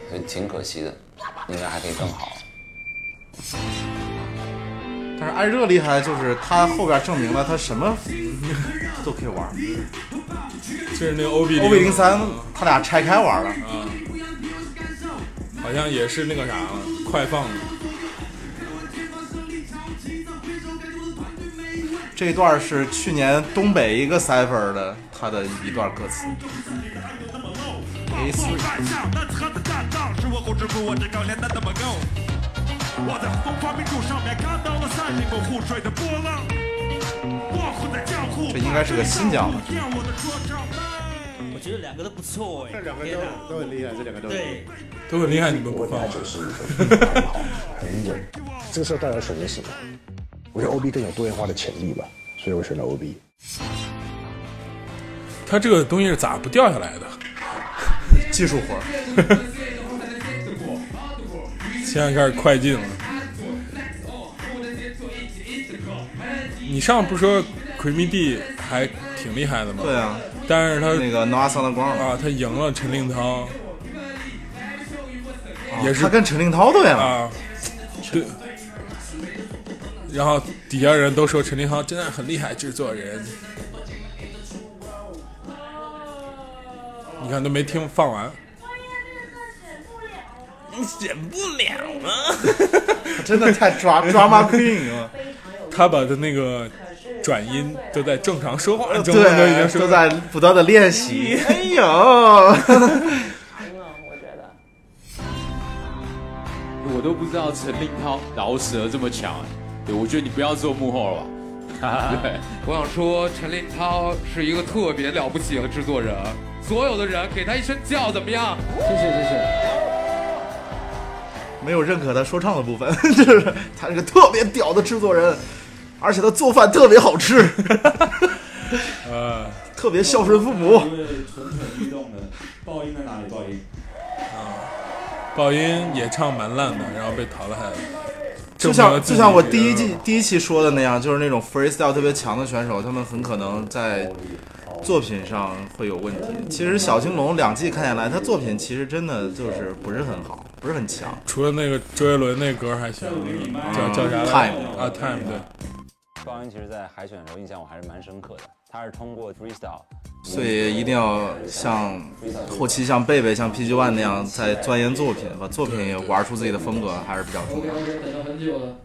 Speaker 10: 所以挺可惜的，应该还可以更好。
Speaker 1: 但是艾热厉害，就是他后边证明了他什么 都可以玩。
Speaker 2: 就是那个 OB
Speaker 1: OB 零三，他俩拆开玩了。
Speaker 2: 啊，好像也是那个啥了，快放的。
Speaker 1: 这段是去年东北一个 cipher 的他的一段歌词。A 四
Speaker 7: 霸上那他的大道是我控制不我这高粱的怎么够？我在东方明珠上面看到了三零个湖水的波浪，我湖在江湖，
Speaker 1: 这应该是个新疆的。
Speaker 16: 我觉得两个都不错哎，这两个都
Speaker 18: 都很厉害，这两个都
Speaker 16: 对，
Speaker 2: 都很厉害，你们不放吗？
Speaker 24: 很稳。这个时候到底要选择什么？我觉得 OB 更有多元化的潜力吧，所以我选了 OB。
Speaker 2: 它这个东西是咋不掉下来的？
Speaker 1: 技术活
Speaker 2: 儿。现在开始快进了。你上不是说 Creamy D 还挺厉害的吗？
Speaker 1: 对啊，
Speaker 2: 但是他
Speaker 1: 那个 Noah s a n
Speaker 2: 啊，他赢了陈令涛，也是
Speaker 1: 啊他跟陈令涛对了
Speaker 2: 啊，对。然后底下人都说陈令涛真的很厉害，制作人。你看都没听放完，
Speaker 16: 忍不了啊！
Speaker 1: 真的太 抓 drama queen 了。
Speaker 2: 他把他那个转音都在正常说话，中文都已经
Speaker 1: 对，
Speaker 2: 说
Speaker 1: 都在不断的练习。哎呦，
Speaker 22: 我都不知道陈令涛饶舌这么强哎，对我觉得你不要做幕后了吧。 对，
Speaker 43: 我想说，陈立涛是一个特别了不起的制作人，所有的人给他一声叫，怎么样？谢谢谢谢。
Speaker 1: 没有认可他说唱的部分， 就是他是个特别屌的制作人，而且他做饭特别好吃，
Speaker 2: 呃，
Speaker 1: 特别孝顺父母。
Speaker 13: 因为蠢蠢欲动的爆音在哪里？爆音
Speaker 2: 爆音啊也唱蛮烂的，然后被淘汰了。
Speaker 1: 就像就像我
Speaker 2: 第
Speaker 1: 第一季第一期说的那样，就是那种 freestyle 特别强的选手，他们很可能在作品上会有问题。其实小青龙两季看下来，他作品其实真的就是不是很好，不是很强。
Speaker 2: 除了那个周杰伦那歌还行，叫叫啥来着？
Speaker 10: Time
Speaker 2: 啊，Time 对，
Speaker 10: 高音其实，在海选的时候印象我还是蛮深刻的，他是通过 freestyle，
Speaker 1: 所以一定要像后期像贝贝、像 PG One 那样，在钻研作品，把作品也玩出自己的风格，还是比较重要。
Speaker 43: 等了很久了。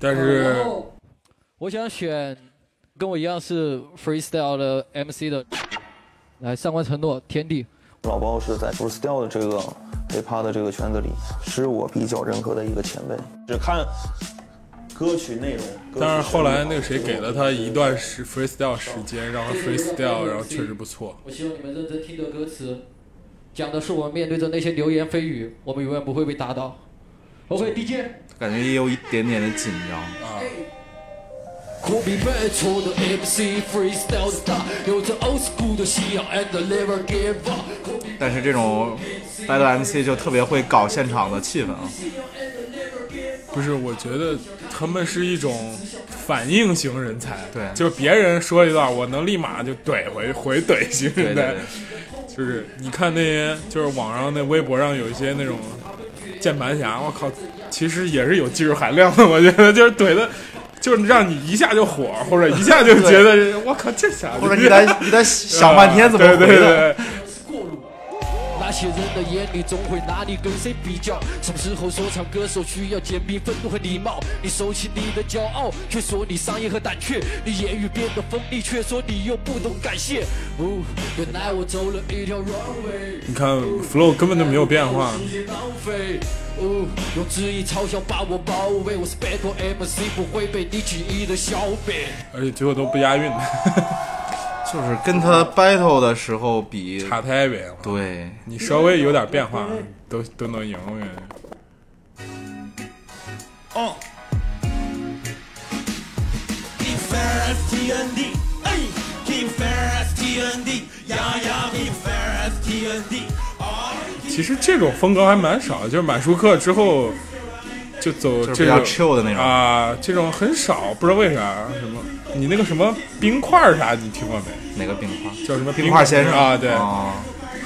Speaker 2: 但是
Speaker 43: 我想选跟我一样是 freestyle 的 MC 的，来上官承诺天地。
Speaker 44: 老包是在 freestyle 的这个 hiphop 的这个圈子里，是我比较认可的一个前辈。只看歌曲内容，歌曲
Speaker 2: 但是后来那个
Speaker 44: 旋
Speaker 2: 谁
Speaker 44: 律
Speaker 2: 给了他一段时 freestyle 时间，让他 freestyle，然后确实不错。
Speaker 43: 我希望你们认真听的歌词，讲的是我们面对着那些流言蜚语，我们永远不会被打倒。OK，DJ。
Speaker 1: 感觉也有一点点的紧张。
Speaker 6: 我比辈出的 MC freestyle star，有着 old school 的信仰 and never give up。
Speaker 1: 但是这种 battle MC 就特别会搞现场的气氛啊。
Speaker 2: 不是，我觉得他们是一种反应型人才，
Speaker 1: 对
Speaker 2: 就是别人说一段，我能立马就怼回 回怼型
Speaker 1: 对对
Speaker 2: 人才
Speaker 1: 对，
Speaker 2: 就是你看那些，就是网上那微博上有一些那种键盘侠，我靠，其实也是有技术含量的，我觉得就是怼的，就是让你一下就火，或者一下就觉得我靠这傻逼，
Speaker 1: 或者你得 你得想半天怎么
Speaker 2: 对对
Speaker 1: 回
Speaker 2: 对
Speaker 1: 的
Speaker 2: 对
Speaker 6: 那些人的眼里总会拿你跟谁比较。什么时候说唱歌手需要简明、愤怒和礼貌？你收起你的骄傲，却说你商业和胆怯。你言语变得锋利，却说你又不懂感谢。哦，原来我走了一条 wrong way。
Speaker 2: 你看 flow 根本就没有变化，
Speaker 6: 浪费。哦，用质疑嘲笑把我包围，我是 battle MC，不会被你举一的消灭。
Speaker 2: 而且最后都不押韵，
Speaker 1: 就是跟他 battle 的时候比
Speaker 2: 差太远了。
Speaker 1: 对
Speaker 2: 你稍微有点变化，都都能赢，我感觉。
Speaker 7: 哦。Keep fair as T N D，哎，Keep fair as T N D，呀呀，Keep fair as T N D。
Speaker 2: 其实这种风格还蛮少，就是买书课之后就走
Speaker 1: 就是
Speaker 2: 这
Speaker 1: 比较
Speaker 2: 种
Speaker 1: chill 的那种
Speaker 2: 啊，这种很少，不知道为啥。什么？你那个什么冰块儿啥，你听过没？
Speaker 1: 哪个冰块？
Speaker 2: 叫什么
Speaker 1: 冰块先生
Speaker 2: 啊？对，
Speaker 1: 哦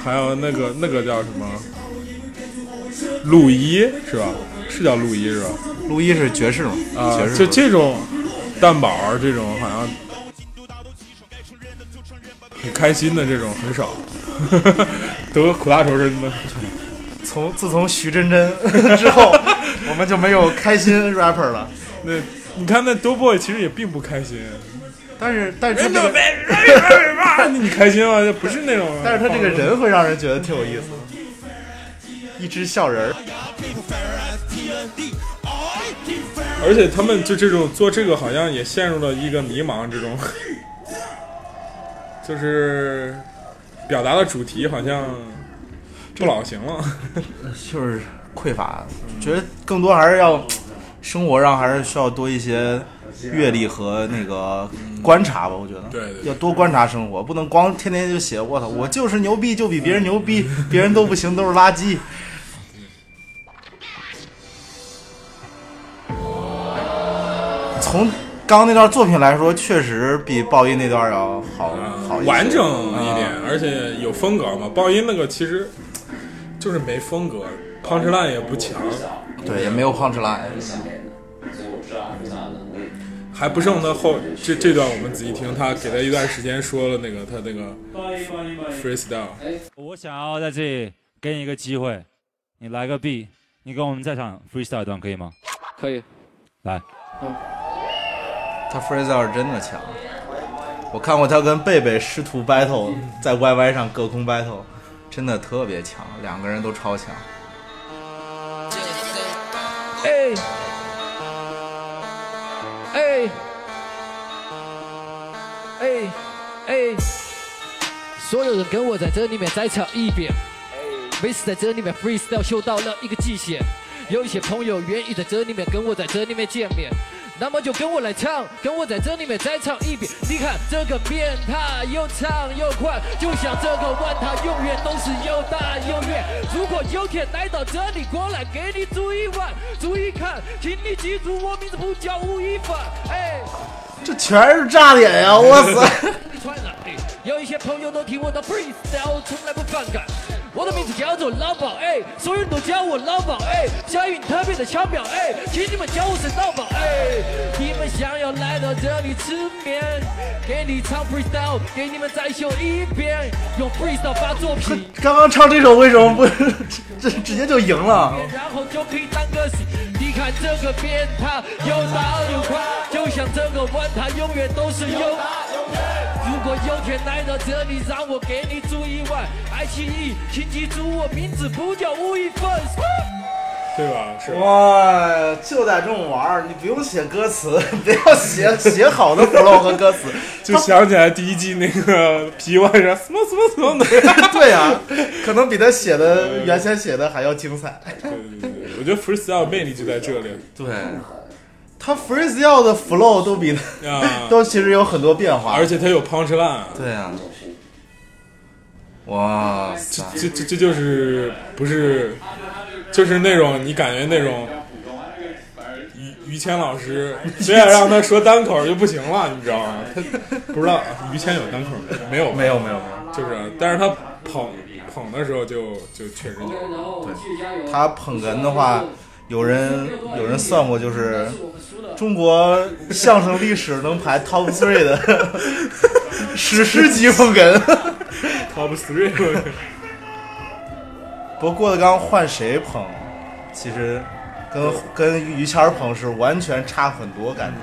Speaker 2: 还有那个那个叫什么？陆一是吧？是叫陆一是吧？
Speaker 1: 陆一是爵士嘛？
Speaker 2: 啊
Speaker 1: 爵，士
Speaker 2: 就
Speaker 1: 歌
Speaker 2: 这种蛋堡儿这种好像很开心的这种很少， 都苦大仇深的。
Speaker 1: 从自从徐真 真之后，我们就没有开心 rapper 了。
Speaker 2: 那你看那多 boy 其实也并不开心，
Speaker 1: 但是但是他
Speaker 2: 人都
Speaker 1: 这个
Speaker 2: 被你开心吗？就不是那种。
Speaker 1: 但是他这个人会让人觉得挺有意思的，一只笑人儿。
Speaker 2: 而且他们就这种做这个，好像也陷入了一个迷茫之中， 就是表达的主题好像不老行了。
Speaker 1: 就是匮乏，觉得更多还是要生活上还是需要多一些阅历和那个观察吧。我觉得，
Speaker 2: 对对
Speaker 1: 要多观察生活，不能光天天就写我操，我就是牛逼，就比别人牛逼， 别人都不行，都是垃圾。从刚刚那段作品来说，确实比爆音那段要好好一些
Speaker 2: 完整一点，
Speaker 1: 啊
Speaker 2: 而且有风格嘛。爆音那个其实就是没风格，punchline 也不强，
Speaker 1: 对，也没有 punchline，
Speaker 2: 还不剩他后这这段我们仔细听，他给他一段时间说了那个他那个 freestyle，
Speaker 12: 我想要在这里给你一个机会，你来个 B，你跟我们在场 freestyle 一段可以吗？
Speaker 43: 可以。
Speaker 12: 来，
Speaker 1: 他 freestyle 是真的强。我看过他跟贝贝师徒 battle，在 YY 上隔空 battle，真的特别强，两个人都超强。
Speaker 15: 哎，哎，哎，哎，
Speaker 40: 所有人跟我在这里面再唱一遍。每次在这里面 freestyle 秀到了一个极限，有一些朋友愿意在这里面跟我在这里面见面，那么就跟我来唱，跟我在这里面再唱一遍。你看这个变态又唱又快，就像这个碗它永远都是又大又圆。如果有天来到这里，过来给你煮一碗，煮一看，请你记住我名字不叫吴亦凡，哎。
Speaker 1: 这全是炸点呀！我操！
Speaker 40: 传染哎，有一些朋友都听我的 freestyle，从来不反感。我的名字叫做老鸨，哎，所有人都叫我老鸨，哎，押韵特别的巧妙，哎，请你们叫我是老鸨，哎。你们想要来到这里吃面，给你唱 freestyle，给你们再秀一遍，用 freestyle 发作品。
Speaker 1: 刚刚唱这首为什么不这直接就赢了？
Speaker 40: 然后就可以当个死。你看这个变态又大又宽，就像这个碗，它永远都是有。如果有天来到这里，让我给你煮一碗。爱奇艺，请记住我名字不叫吴亦 凡。
Speaker 2: 对吧？是
Speaker 1: 哇，就得这么玩儿，你不用写歌词，不要写写好的 flow 和歌词，
Speaker 2: 就想起来第一季那个皮外啥什么什么什么的。
Speaker 1: 对呀、可能比他写的原先写的还要精彩。
Speaker 2: 我觉得 freestyle 魅力就在这里。
Speaker 1: 对，他 freestyle 的 flow 都比
Speaker 2: 啊
Speaker 1: 都其实有很多变化，
Speaker 2: 而且他有 punch line。
Speaker 1: 对啊，哇塞，
Speaker 2: 这这这就是不是，就是那种你感觉那种于于谦老 师，非要让他说单口就不行了，你知道吗？他不知道啊于谦有单口吗没有？
Speaker 1: 没有没有没
Speaker 2: 有，就是，但是他捧捧的时候就就确实就
Speaker 1: 对，他捧哏的话，有人有人算过，就是中国相声历史能排 top three 的 史诗级捧哏
Speaker 2: top three 捧哏。
Speaker 1: 不过郭德纲换谁捧，其实跟跟于谦儿捧是完全差很多感觉。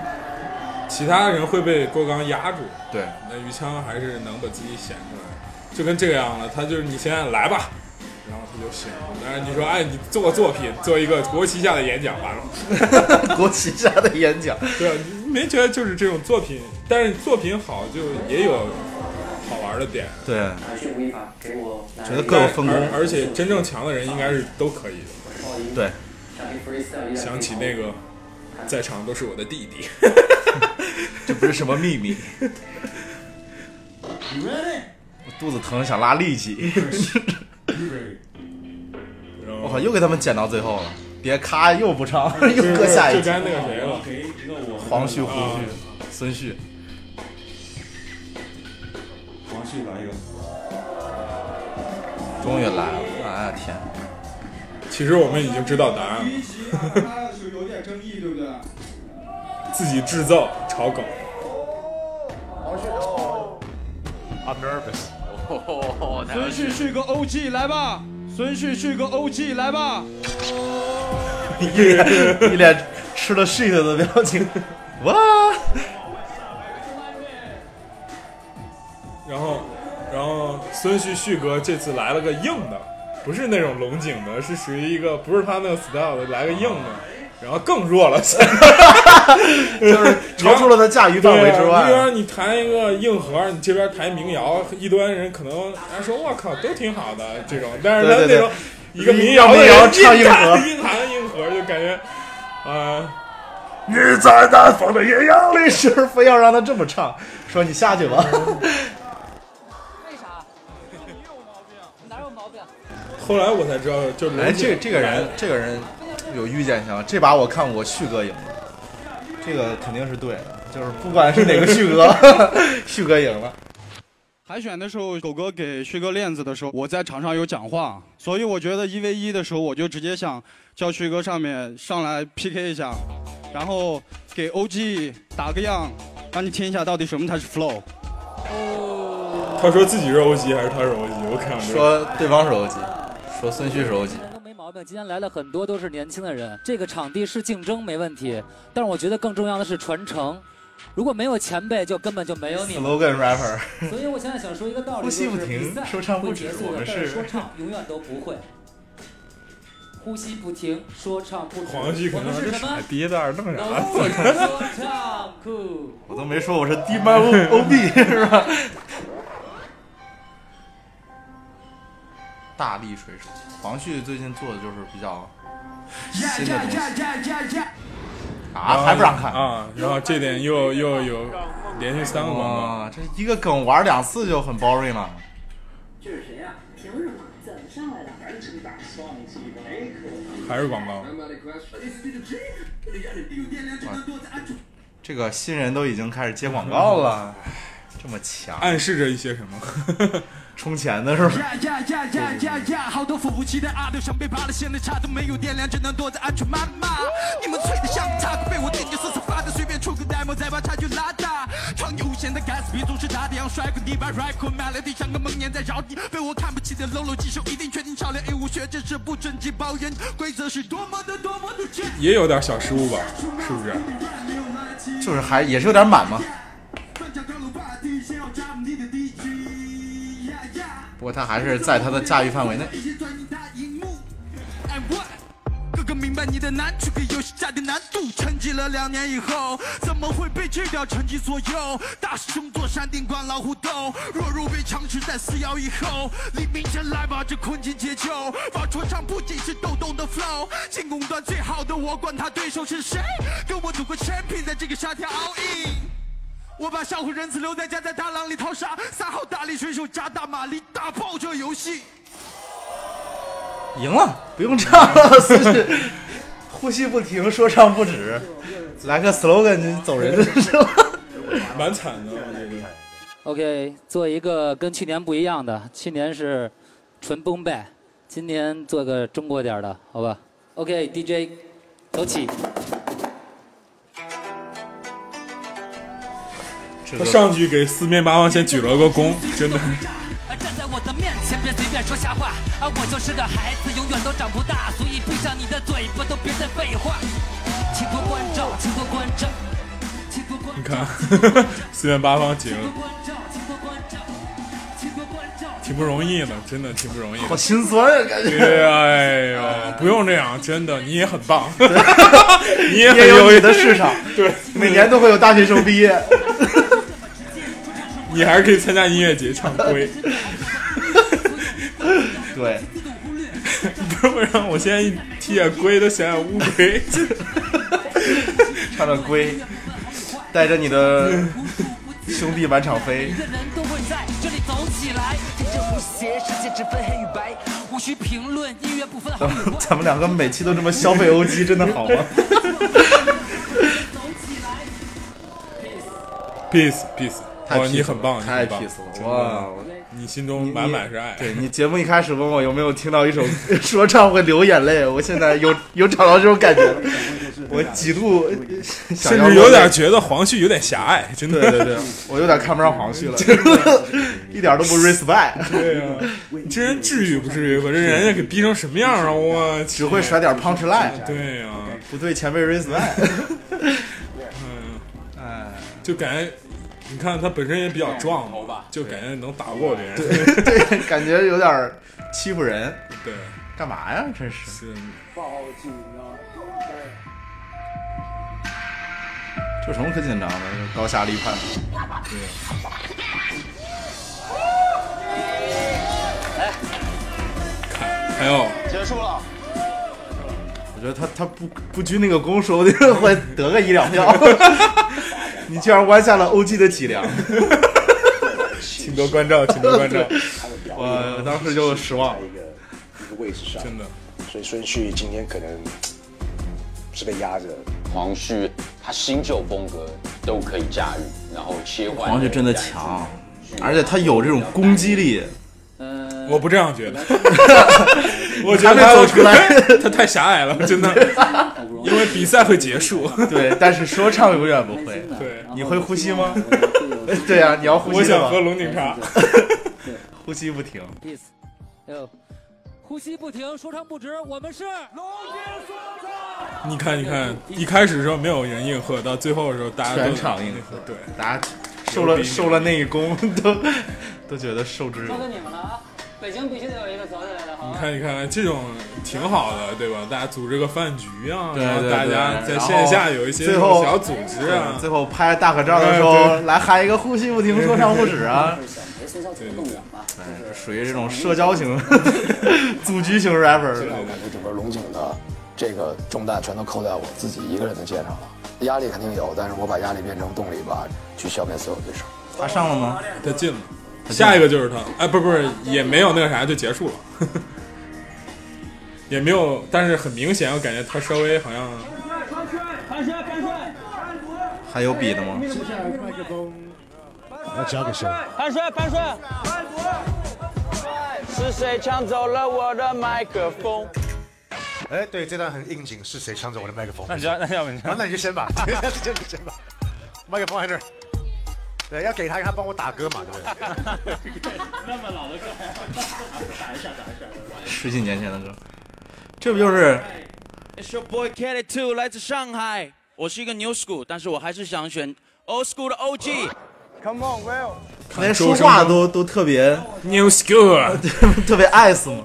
Speaker 2: 其他人会被郭刚压住，
Speaker 1: 对，
Speaker 2: 那于谦还是能把自己显出来，就跟这个样了。他就是你现在来吧，然后他就显出来。但是你说，哎，你做个作品，做一个国旗下的演讲，完了，
Speaker 1: 国旗下的演讲，
Speaker 2: 对啊，你没觉得就是这种作品？但是作品好，就也有好玩的点，
Speaker 1: 对，觉得各
Speaker 2: 更
Speaker 1: 有分工
Speaker 2: 而且真正强的人应该是都可以的，
Speaker 1: 对。
Speaker 2: 想起那个，在场都是我的弟 弟。
Speaker 1: 这不是什么秘密。我肚子疼，想拉力气。我靠，又给他们剪到最后了，别咔又不唱，又搁下一
Speaker 2: 就
Speaker 1: 句
Speaker 2: 该。那个谁了，
Speaker 1: 黄旭、胡
Speaker 2: 啊
Speaker 1: 旭、孙旭，
Speaker 13: 王旭来一个。
Speaker 1: 终于来了！哎呀天，
Speaker 2: 其实我们已经知道答案了，
Speaker 5: 他是有点争议，对不对？
Speaker 2: 自己制造炒梗。
Speaker 8: I'm nervous。
Speaker 5: 孙旭是个 OG，来吧！孙旭是个 OG，来吧！
Speaker 1: 一脸一脸吃了 shit 的表情。 哇，
Speaker 2: 然后，然后孙旭旭哥这次来了个硬的，不是那种龙井的，是属于一个不是他那个 style 的，来个硬的，
Speaker 1: 啊
Speaker 2: 然后更弱 了，就是
Speaker 1: 超出 了他驾驭范围之外
Speaker 2: 一边你弹一个硬核，你这边弹民谣，一端人可能人家说我靠都挺好的这种，但是他
Speaker 1: 对对
Speaker 2: 那种
Speaker 1: 对
Speaker 2: 一个
Speaker 1: 民
Speaker 2: 民谣的
Speaker 1: 民谣
Speaker 2: 人
Speaker 1: 唱
Speaker 2: 一
Speaker 1: 硬核
Speaker 2: 弹一弹硬核就感觉啊。
Speaker 1: 你在南方的艳阳里，时候非要让他这么唱， 说你下去吧。
Speaker 2: 后来我才知道，就是
Speaker 1: 哎，这这个人，这个人有预见性。这把我看我旭哥赢了，这个肯定是对的。就是不管是哪个旭 哥，旭哥赢了。
Speaker 5: 海选的时候，狗哥给旭哥链子的时候，我在场上有讲话，所以我觉得一 v 一的时候，我就直接想叫旭哥上面上来 PK 一下，然后给 OG 打个样，让你听一下到底什么才是 flow。
Speaker 2: 他说自己是 OG 还是他是 OG？我看不出来
Speaker 1: 说对方是 OG，说孙旭是 OG。
Speaker 14: 没毛病。今天来了很多都是年轻的人，这个场地是竞争没问题，但是我觉得更重要的是传承。如果没有前辈，就根本就没有你们。
Speaker 1: slogan rapper，
Speaker 14: 所以我现在想说一个道理，
Speaker 1: 呼吸不停
Speaker 14: 就是比赛
Speaker 1: 说唱不
Speaker 14: 会
Speaker 1: 止
Speaker 14: 结束的
Speaker 1: 我们
Speaker 14: 但是
Speaker 1: 是
Speaker 14: 说唱永远都不会。呼吸不停，说唱不止。
Speaker 2: 黄旭可
Speaker 14: 我
Speaker 2: 能
Speaker 14: 们
Speaker 2: 这
Speaker 14: 是什
Speaker 2: 傻
Speaker 14: 么？
Speaker 2: 逼在那儿弄啥？
Speaker 14: 说唱酷。
Speaker 1: 我都没说我是 D m O O B 是吧？大力水手，黄旭最近做的就是比较新的东西啊，还不让看
Speaker 2: 啊！然后这点又又有连续三个广告，
Speaker 1: 啊哇，这一个梗玩两次就很 boring 了。
Speaker 11: 这是谁呀、凭什么？怎么上来的？赶紧打上去吧！
Speaker 2: 还是广告。
Speaker 1: 这个新人都已经开始接广告了，唉这么强，
Speaker 2: 暗示着一些什么？
Speaker 1: 充钱的是吧？
Speaker 3: 呀呀呀呀呀呀！好多腐无期的阿六想被扒了，现在啥都没有电量，只能躲在安全妈妈。你们吹的像插个被我电就瑟瑟发抖，随便出个 demo 再把差距拉大。创意无限的 gas 比总是打的要帅过你把 rap 和 melody 像个梦魇在绕你，被我看不起的喽啰技术一定确定少量 A 无学这是不准级包人，规则是多么的多么的绝。
Speaker 2: 也有点小失误吧，是不是？
Speaker 1: 就是还也是有点满嘛。不过他还是在他的驾驭范围内。
Speaker 3: 各
Speaker 9: 更明白你的难，去给游戏加点难度。沉寂了两年以后，怎么会被这条成绩左右？大师兄坐山顶观老虎斗，弱肉被强食在撕咬以后，黎明前来把这困境解救。把说唱不仅是抖动的 flow，进攻端最好的我，管他对手是谁，跟我组个 champion 在这个沙滩 all in。我把上回仁慈留在家，在大浪里淘沙，撒好大力水手加大马力，打爆这游戏。
Speaker 1: 赢了，不用唱了， 思绪呼吸不停，说唱不止，来个 slogan 你走人是吧？
Speaker 2: 蛮惨的，我觉得。
Speaker 45: OK，做一个跟去年不一样的，去年是纯崩败，今年做个中国点儿的，好吧？OK，DJ，、走起。
Speaker 2: 他上去给四面八方先举了个躬，真的。
Speaker 14: 站在我的面前，别随便说瞎话。而我就是个孩子，永远都长不大，所以闭上你的嘴巴，都别再废话。请多关照，请多关照，请多关
Speaker 2: 你
Speaker 14: 照
Speaker 2: 看， 四面八方景，
Speaker 14: 请多关照，请多关照。
Speaker 2: 挺不容易的，真的挺不容易的。
Speaker 1: 好心酸啊，感觉
Speaker 2: 对哎呦，不用这样，真的，你也很棒， 你
Speaker 1: 也
Speaker 2: 很
Speaker 1: 有
Speaker 2: 优
Speaker 1: 你
Speaker 2: 秀
Speaker 1: 的市 场，
Speaker 2: 对，
Speaker 1: 每年都会有大学生毕业。
Speaker 2: 你还是可以参加音乐节 唱歌。
Speaker 1: 对，
Speaker 2: 不然我现在一提起龟都想想乌 龟。
Speaker 1: 唱着龟，带着你的 兄弟满场
Speaker 14: 每。
Speaker 1: 飞
Speaker 14: 个人都会在这里走起来，天真无邪，世界只分黑与白，无需评论，音乐不分好
Speaker 1: 咱
Speaker 14: 与
Speaker 1: 们咱们两个每期都这么消费欧基，真的好吗
Speaker 2: peace peace，
Speaker 1: 太
Speaker 2: 哇，哦
Speaker 1: peace
Speaker 2: 你很棒，
Speaker 1: 了太
Speaker 2: 你很棒
Speaker 1: peace 了
Speaker 2: 真的
Speaker 1: 哇
Speaker 2: 你心中满满是爱。
Speaker 1: 对你节目一开始问我有没有听到一首 说唱会流眼泪，我现在有 有找到这种感觉，我几度想
Speaker 2: 甚
Speaker 1: 要
Speaker 2: 至有点觉得黄旭有点狭隘，真的。
Speaker 1: 对对对， 我有点看不上 黄旭了，一点都不 respect。
Speaker 2: 对呀、你这人至于不至于吧？这人家给逼成什么样啊！我只
Speaker 1: 会甩点 punch line。
Speaker 2: 对啊呀、
Speaker 1: 不对前辈 respect。
Speaker 2: 哎，就感觉你看他本身也比较壮嘛，就感觉能打不过别人。
Speaker 1: 对对，感觉有点欺负人。
Speaker 2: 对，
Speaker 1: 干嘛呀？真是。是。
Speaker 46: 报警啊！
Speaker 1: 这有什么可紧张的？高下立判。
Speaker 2: 还有，
Speaker 46: 结束了。
Speaker 1: 我觉得他他不不鞠那个躬，说不定会得个一两 票。你居然弯下了欧 G 的脊梁，
Speaker 2: 请多关照，请多关照
Speaker 1: 我当时就失望了。
Speaker 24: 一个位置
Speaker 1: 啊
Speaker 24: 上，
Speaker 2: 真的。
Speaker 24: 所以孙旭今天可能
Speaker 47: 是被压着。黄旭他新旧风格都可以驾驭，然后切换。
Speaker 1: 黄旭真的强，而且他有这种攻击力。
Speaker 2: 我不这样觉 得，我觉
Speaker 1: 还
Speaker 2: 得
Speaker 1: 没
Speaker 2: 他
Speaker 1: 走出来
Speaker 2: 他太狭隘了，真的。 因为比赛会结束。
Speaker 1: 对，但是说唱永远不 会。
Speaker 2: 对，
Speaker 1: 你会呼吸吗？对呀、你要呼吸
Speaker 2: 我
Speaker 1: 的
Speaker 2: 想
Speaker 1: 吗
Speaker 2: 喝龙井茶。
Speaker 1: 呼吸不停。
Speaker 45: Peace，哎呦，呼吸不停，说唱不止，我们是龙井说唱。
Speaker 2: 你看，你看，一开始的时候没有人应和，到最后的时候大家都
Speaker 1: 全场应和，
Speaker 2: 对，
Speaker 1: 大家受了受了那一躬，都都觉得受之有
Speaker 14: 交给你们了啊！北京必须得有一个走起来的，好
Speaker 2: 你
Speaker 14: 吗？
Speaker 2: 看，你看，这种挺好的，对吧？大家组织个饭局啊，
Speaker 1: 对
Speaker 2: 然后
Speaker 1: 对
Speaker 2: 大家
Speaker 1: 对
Speaker 2: 在线下有一些
Speaker 1: 最
Speaker 2: 这
Speaker 1: 后
Speaker 2: 种小组织啊
Speaker 1: 对，最后拍大合照的时
Speaker 2: 哎
Speaker 1: 候，
Speaker 2: 对
Speaker 1: 来喊一个“呼吸不停，说唱不止” 啊，
Speaker 14: 陪孙潇去动物园吧。
Speaker 1: 哎属于这种社交型、组局型 rapper。
Speaker 46: 我感觉整个龙井的这个重担全都扣在我自己一个人的肩上了，压力肯定有，但是我把压力变成动力吧，去消灭所有对手。
Speaker 1: 他上了吗？
Speaker 2: 他进了。下一个就是他，哎，不不是，也没有那个啥，就结束了， 也没有，但是很明显，我感觉他稍微好像
Speaker 1: 还有比的吗？
Speaker 46: 麦克风要交给谁？
Speaker 48: 潘帅，潘帅，是谁抢走了我的麦克风？
Speaker 24: 哎，对，这段很应景，是谁抢走我的麦克风？
Speaker 48: 那你就那要不你就
Speaker 24: 啊那你就先吧， 那你就你先吧，麦克风在这儿。对，要给他，让他帮我打歌嘛，对不对？
Speaker 46: 那么老的歌还要打一下，打一下。
Speaker 1: 十几年前的歌，这不就是？
Speaker 48: It's your boy k e l l y Two，来自上海。我是一个 New School，但是我还是想选 Old School 的 OG。Come on, Will。
Speaker 1: 他连说话都都特别
Speaker 2: new school，
Speaker 1: 特别 ice 嘛。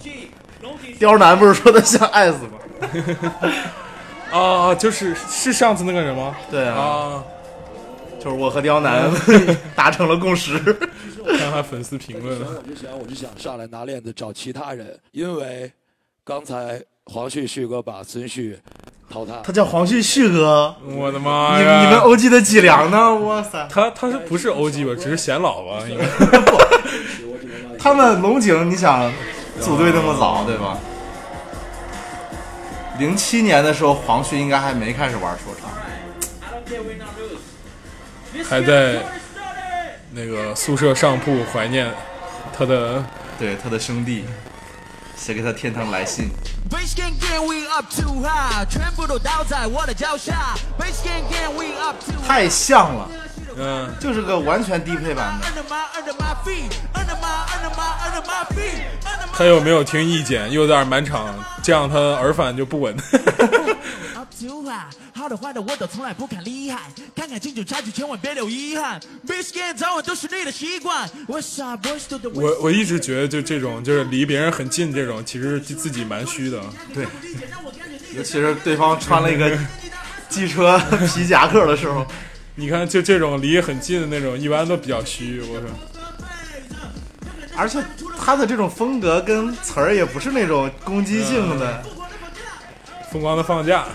Speaker 1: 刁难不是说他像 ice 吗？
Speaker 2: 啊，就是是上次那个人吗？
Speaker 1: 对啊，
Speaker 2: 啊嗯
Speaker 1: 就是我和刁难 达成了共识。
Speaker 2: 看看粉丝评论
Speaker 16: 我就想，我就想上来拿链子找其他人，因为刚才黄旭旭哥把孙旭淘汰，
Speaker 1: 他叫黄旭旭哥，
Speaker 2: 我的妈
Speaker 1: 你
Speaker 2: 哎呀！
Speaker 1: 你们 OG 的脊梁呢？哇塞！
Speaker 2: 他他是不是 OG 吧？只是显老吧？应该。
Speaker 1: 他们龙井，你想组队那么早，对吧？零七年的时候，黄旭应该还没开始玩说唱，
Speaker 2: 还在那个宿舍上铺怀念他的
Speaker 1: 对他的兄弟，写给他天堂来信。
Speaker 18: Bass can get we up too high，全部都倒在我的脚下。Bass can get we up too high，
Speaker 1: 太像了，
Speaker 2: 嗯，
Speaker 1: 就是个完全低配版的。
Speaker 18: under my under my feet under my under my under my feet。
Speaker 2: 他有没有听意见？又在那儿满场，这样他耳返就不稳。
Speaker 18: Up too high，好的坏的我都从来不看厉害，看看清楚差距，千万别留遗憾。Bass can 早晚都是你的习惯。What's up boys to the
Speaker 2: 我我一直觉得，就这种就是离别人很近这种，其实自己蛮虚的。
Speaker 1: 对，尤其是对方穿了 一个机车皮夹克的时候，
Speaker 2: 你看，就这种离很近的那种，一般都比较虚。我说，
Speaker 1: 而且他的这种风格跟词儿也不是那种攻击性的。
Speaker 2: 嗯疯狂的放假，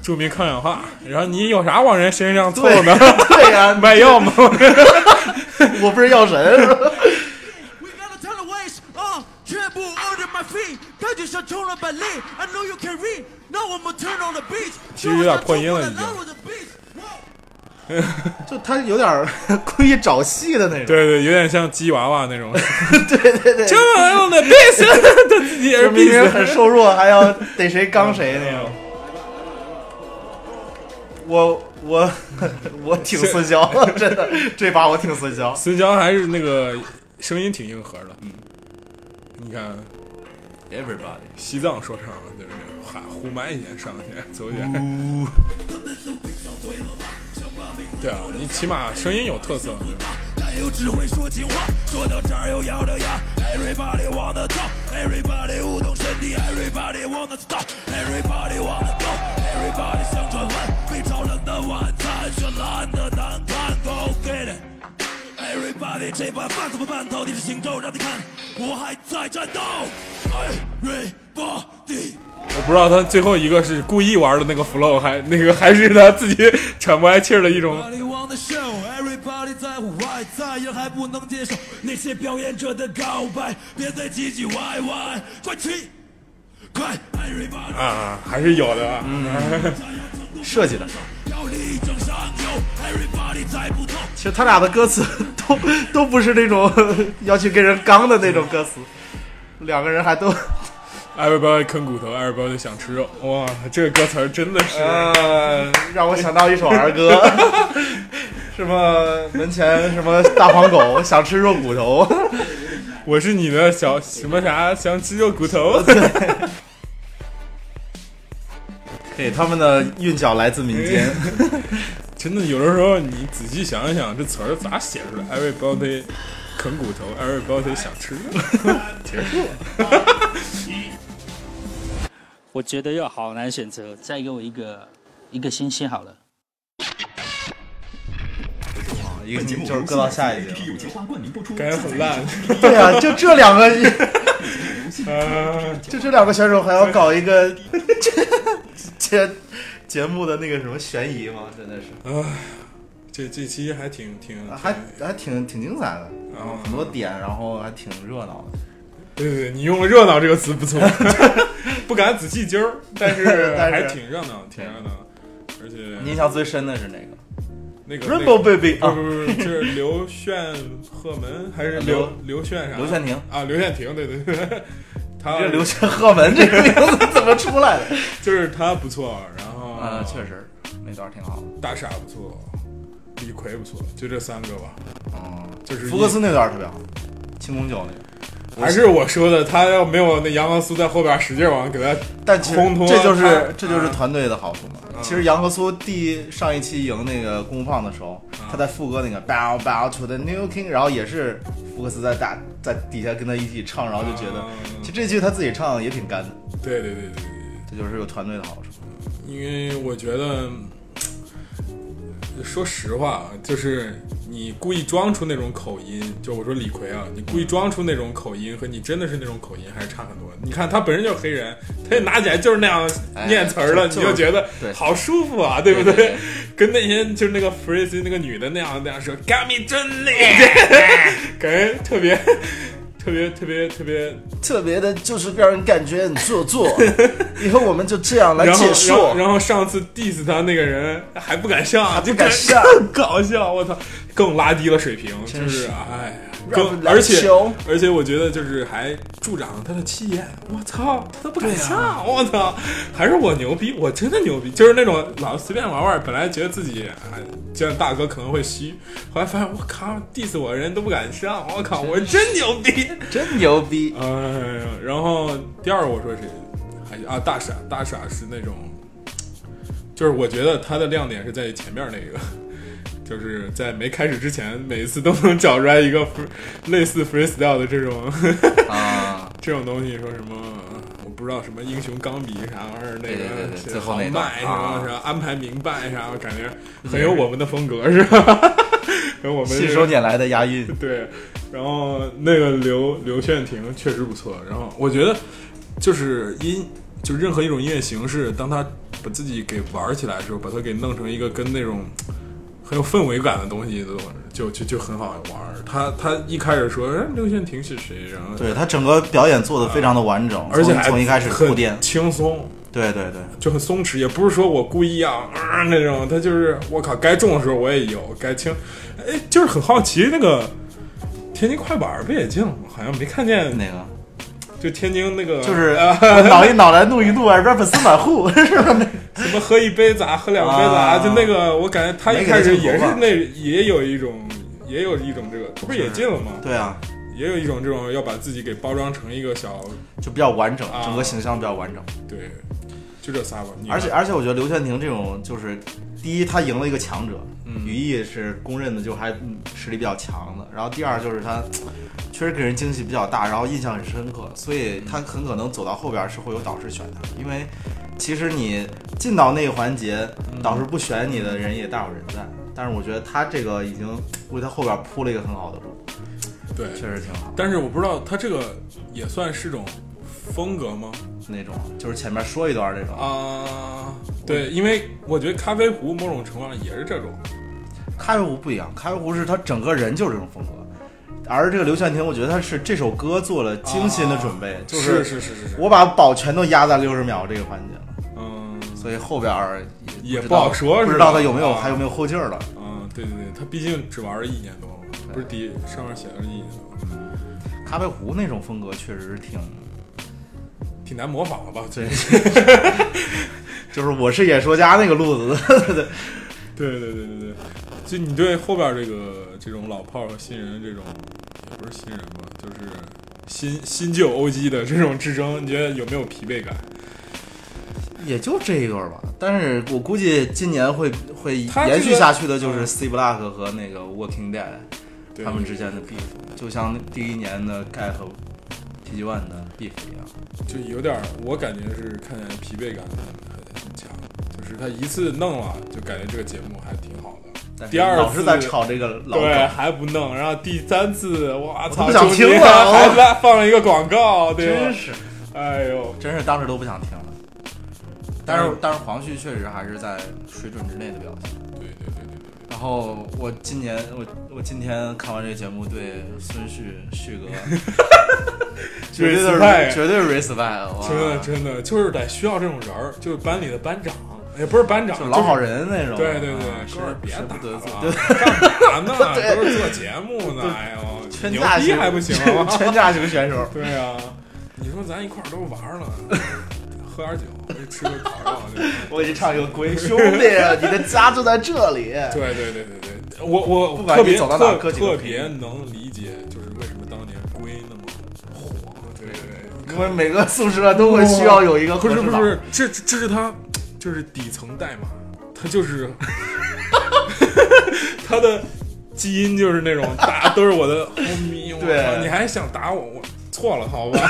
Speaker 2: 著名抗氧化，然后你有啥往人身上凑呢？
Speaker 1: 对对呀
Speaker 2: 卖哦药吗？
Speaker 1: 我不是药神。
Speaker 18: Tell the ways 啊，全部 under my feet，感觉像中了百力。I know you can read。Now I'm turn on the beat。
Speaker 2: 其实有点破音了，已经。
Speaker 1: 就他有点儿 故意找戏的那种。
Speaker 2: 对对，有点像鸡娃娃那 种，
Speaker 1: 这
Speaker 2: 玩意儿的 beat，他自己也是
Speaker 1: 明明
Speaker 2: beat
Speaker 1: 很瘦弱， 还要逮谁刚谁那种。我我 我挺孙骁， 真的，这把我挺孙骁。
Speaker 2: 孙江还是那个声音挺硬核的。嗯，你看
Speaker 1: ，Everybody，
Speaker 2: 西藏说唱就是那种喊呼麦一点上去，走一点。对啊，你起码声音有特色。
Speaker 7: 但又只会说情话。说到这儿又咬着牙，Everybody wanna talk，Everybody 舞动身体，Everybody wanna stop，Everybody wanna go，Everybody 想转弯，被炒冷的晚餐，绚烂的难看，Go get it。Everybody，这把饭怎么办？到底是行动，让你看我还在战斗。Everybody，
Speaker 2: 我不知道他最后一个是故意玩的那个 flow，还那个还是他自己喘不来气儿的一种。
Speaker 7: Everybody wanna show，Everybody 在乎外在，人还不能接受那些表演者的告白，别再唧唧歪歪，快起，快！Everybody
Speaker 2: 啊，还是有的。
Speaker 1: 嗯，设计的。
Speaker 7: 要力争上游，Everybody 在不同。
Speaker 1: 其实他俩的歌词 都都不是那种 要去跟人刚的那种歌词，两个人还都
Speaker 2: Everybody 啃骨头，Everybody 想吃肉。哇，这个歌词儿真的是，
Speaker 1: 呃 让我想到一首儿 歌什么门前什么大黄狗想吃肉骨头，
Speaker 2: 我是你的小什么啥想吃肉骨头。
Speaker 1: 对，他们的韵脚来自民间。
Speaker 2: 真的，有的时候你仔细想一想，这词儿咋写出来？Everybody 啃骨头，Everybody 想吃肉。结束
Speaker 24: 我觉得又好难选择，再给我一个一个星期好了。
Speaker 1: 一个就是搁到下一个，
Speaker 2: 感觉很烂。
Speaker 1: 对啊，就这两个，
Speaker 2: 啊
Speaker 1: 就这两个选手还要搞一个这节节目的那个什么悬疑吗？真的是，
Speaker 2: 唉，这这期还挺挺
Speaker 1: 啊还还挺挺精彩的，然后很多点，然后还挺热闹的。
Speaker 2: 对对对，你用了“热闹”这个词不 错，不敢仔细揪儿，但是
Speaker 1: 但
Speaker 2: 还
Speaker 1: 是
Speaker 2: 挺热闹，挺热闹。而且
Speaker 1: 印象最深的是哪个？
Speaker 2: 那个
Speaker 1: Rainbow
Speaker 2: 那个
Speaker 1: Baby
Speaker 2: 不
Speaker 1: 啊
Speaker 2: 不不，不是刘炫赫门还是
Speaker 1: 刘
Speaker 2: 刘刘炫啥？
Speaker 1: 刘炫廷
Speaker 2: 啊，刘炫廷，对对 对，他
Speaker 1: 你这刘炫赫门这个名字怎么出来的？
Speaker 2: 就是他不错，然后
Speaker 1: 啊确实那段挺好，
Speaker 2: 大傻不错，李逵不错，就这三个吧。
Speaker 1: 嗯，
Speaker 2: 就是
Speaker 1: 福克斯那段特别好，清宫酒那个。
Speaker 2: 还是我说的，他要没有那杨和苏在后边使劲往给他
Speaker 1: 但其实
Speaker 2: 烘托，嗯
Speaker 1: 这就是
Speaker 2: 他
Speaker 1: 这就是团队的好处嘛。其实杨和苏第上一期赢那个功夫胖的时候，
Speaker 2: 嗯
Speaker 1: 他在副歌那个 bow bow to the new king，然后也是福克斯在大
Speaker 2: 嗯
Speaker 1: 在底下跟他一起唱，然后就觉得，其实这句他自己唱也挺干的。
Speaker 2: 啊对对对对对，
Speaker 1: 就这就是有团队的好处。
Speaker 2: 因为我觉得，嗯说实话，啊就是你故意装出那种口音，就我说李逵啊，你故意装出那种口音和你真的是那种口音还是差很多。你看他本身就是黑人，他也拿起来就是那样念词儿了，
Speaker 1: 哎
Speaker 2: 你
Speaker 1: 就
Speaker 2: 就觉得
Speaker 1: 对
Speaker 2: 好舒服啊，对不
Speaker 1: 对对
Speaker 2: 跟那些就是那个 f r e e z y 那个女的那样那样说 g o t me 真累，
Speaker 1: 哎
Speaker 2: 感觉特别特别特别特别
Speaker 6: 特别的就是让人感觉很做 作。以后我们就这样来
Speaker 2: 然后
Speaker 6: 结束
Speaker 2: 然。后然后上次 diss 他那个人还不敢上，就
Speaker 6: 敢上，
Speaker 2: 搞笑！我操，更拉低了水平，
Speaker 6: 真
Speaker 2: 就是是哎，
Speaker 6: 让
Speaker 2: 更
Speaker 6: 人
Speaker 2: 而且
Speaker 6: 羞
Speaker 2: 而且我觉得就是还助长了他的气焰。我操，他都不敢
Speaker 6: 啊
Speaker 2: 上，我操，还是我牛逼，我真的牛逼，就是那种老随便玩玩，本来觉得自己哎，就像大哥可能会虚，后来发现我靠，diss 我的人都不敢上，我靠，我真牛逼，
Speaker 1: 真牛逼！
Speaker 2: 哎呀，然后第二个我说谁？还啊，大傻，大傻是那种，就是我觉得他的亮点是在于前面那个， 就是在没开始之前，每一次都能找出来一个 free- 类似 freestyle 的这种
Speaker 1: 啊
Speaker 2: 这种东西，说什么我不知道什么英雄钢笔啥玩意儿，那
Speaker 1: 对对对对
Speaker 2: 个
Speaker 1: 最后
Speaker 2: 豪
Speaker 1: 那段
Speaker 2: 迈什么
Speaker 1: 啊
Speaker 2: 什么安排明白啥，我感觉很
Speaker 1: 对
Speaker 2: 有我们的风格是吧？ 跟我们
Speaker 1: 信手拈来的押韵，
Speaker 2: 对，然后那个刘刘炫廷确实不错，然后我觉得就是音，就任何一种音乐形式，当他把自己给玩起来的时候，把它给弄成一个跟那种很有氛围感的东西的话，就就就很好玩儿。他他一开始说，哎，刘炫廷是谁？然后
Speaker 1: 对他整个表演做的非常的完整，
Speaker 2: 而且
Speaker 1: 从
Speaker 2: 还
Speaker 1: 从一开始
Speaker 2: 很
Speaker 1: 铺垫，
Speaker 2: 轻松，
Speaker 1: 对对对，
Speaker 2: 就很松弛，也不是说我故意啊、啊那种，他就是我靠，该重的时候我也有，该轻，哎，就是很好奇那个天津快板儿不也进了吗？好像没看见
Speaker 1: 哪个，
Speaker 2: 就天津那个
Speaker 1: 就是
Speaker 2: 啊、
Speaker 1: 脑一脑来怒一怒啊，rap 死满户是吧？
Speaker 2: 什么喝一杯咋，喝两杯咋，
Speaker 1: 啊
Speaker 2: 就那个我感觉他一开始也
Speaker 1: 没给他
Speaker 2: 是
Speaker 1: 进
Speaker 2: 那也有一种也有一种这个，他不是也进了吗？
Speaker 1: 对啊，
Speaker 2: 也有一种这种要把自己给包装成一个小，
Speaker 1: 就比较完整
Speaker 2: 啊，
Speaker 1: 整个形象比较完整。
Speaker 2: 对，就这仨吧。你
Speaker 1: 而且而且我觉得刘炫廷这种就是，第一他赢了一个强者，
Speaker 2: 嗯
Speaker 1: 于毅是公认的就还嗯实力比较强的，然后第二就是他确实给人惊喜比较大，然后印象很深刻，所以他很可能走到后边是会有导师选他，因为其实你进到那个环节，导师不选你的人也大有人在，但是我觉得他这个已经为他后边铺了一个很好的路，
Speaker 2: 对，
Speaker 1: 确实挺好。
Speaker 2: 但是我不知道他这个也算是种风格吗？
Speaker 1: 那种就是前面说一段这种
Speaker 2: 啊，对，因为我觉得咖啡壶某种程度上也是这种，
Speaker 1: 咖啡壶不一样，咖啡壶是他整个人就是这种风格，而这个刘炫廷，我觉得他是这首歌做了精心的准备，就是是
Speaker 2: 啊是是是是
Speaker 1: 我把宝全都压在六十秒这个环节了，
Speaker 2: 嗯，
Speaker 1: 所以后边儿
Speaker 2: 也
Speaker 1: 不知
Speaker 2: 不
Speaker 1: 道
Speaker 2: 好说，
Speaker 1: 不
Speaker 2: 是
Speaker 1: 知
Speaker 2: 吧
Speaker 1: 道他有没有、
Speaker 2: 啊
Speaker 1: 还有没有后劲儿了。
Speaker 2: 嗯，对对对，他毕竟只玩了一年多，不是第一上面写了一年多，
Speaker 1: 咖啡壶那种风格确实是挺
Speaker 2: 挺难模仿了吧？
Speaker 1: 对，就是我是演说家那个路子的，
Speaker 2: 对对对对对，就你对后边这个这种老炮儿和新人这种，也不是新人吧，就是新新旧 OG 的这种之争，你觉得有没有疲惫感？
Speaker 1: 也就这一段吧。但是我估计今年会会
Speaker 2: 他这个
Speaker 1: 延续下去的，就是 C Block 和那个 Walking Dead
Speaker 2: 对
Speaker 1: 他们之间的 beef，就像第一年的 Guy 和 TG One 的 beef 一样。
Speaker 2: 就有点儿，我感觉是看见疲惫感很很强，就是他一次弄了，就感觉这个节目还挺好的。
Speaker 1: 但是
Speaker 2: 第二次
Speaker 1: 老是在吵这个老
Speaker 2: 对
Speaker 1: 梗
Speaker 2: 还不弄，然后第三次，哇
Speaker 1: 都
Speaker 2: 操，
Speaker 1: 不想
Speaker 2: 中间
Speaker 1: 听了哦
Speaker 2: 还拉放了一个广告，对吧
Speaker 1: 真是，
Speaker 2: 哎呦，
Speaker 1: 真是当时都不想听了。但
Speaker 2: 嗯
Speaker 1: 是但是黄旭确实还是在水准之内的表现。
Speaker 2: 对对对对对。，
Speaker 1: 然后我今年我我今天看完这个节目，对孙旭旭哥 绝对的
Speaker 2: respect
Speaker 1: 绝对 respect，哇
Speaker 2: 真的真的就是得需要这种人儿，就是班里的班长，也不是班长，
Speaker 1: 就老好人那种
Speaker 2: 就是对对
Speaker 1: 啊
Speaker 2: 对，
Speaker 1: 是
Speaker 2: 哥们儿别打啊了，
Speaker 1: 对
Speaker 2: 干嘛呢？
Speaker 1: 对
Speaker 2: 都是做节目 呢，哎呦，
Speaker 1: 全
Speaker 2: 牛
Speaker 1: 炸
Speaker 2: 逼
Speaker 1: 型
Speaker 2: 还不 行啊吗？
Speaker 1: 全炸型选手
Speaker 2: 对啊，你说咱一块儿都玩 儿了，喝点儿酒，吃个烤肉，
Speaker 1: 我给你唱一个鬼兄弟，你的家就在这里。
Speaker 2: 对对对对对，我我
Speaker 1: 不
Speaker 2: 我
Speaker 1: 管
Speaker 2: 特
Speaker 1: 你
Speaker 2: 别
Speaker 1: 走到哪儿
Speaker 2: 特
Speaker 1: 哥几个
Speaker 2: 特
Speaker 1: 陪
Speaker 2: 别能理解，就是为什么当年龟那么火，啊对对对，
Speaker 1: 因为每个宿舍都会需要有一个
Speaker 2: 不
Speaker 1: 合
Speaker 2: 是
Speaker 1: 适
Speaker 2: 不
Speaker 1: 佬
Speaker 2: 是，这这是他 就是底层代码，他就是他的基因就是那种大家都是我的 homie，我
Speaker 1: 对
Speaker 2: 操你还想打我？我错了，好吧？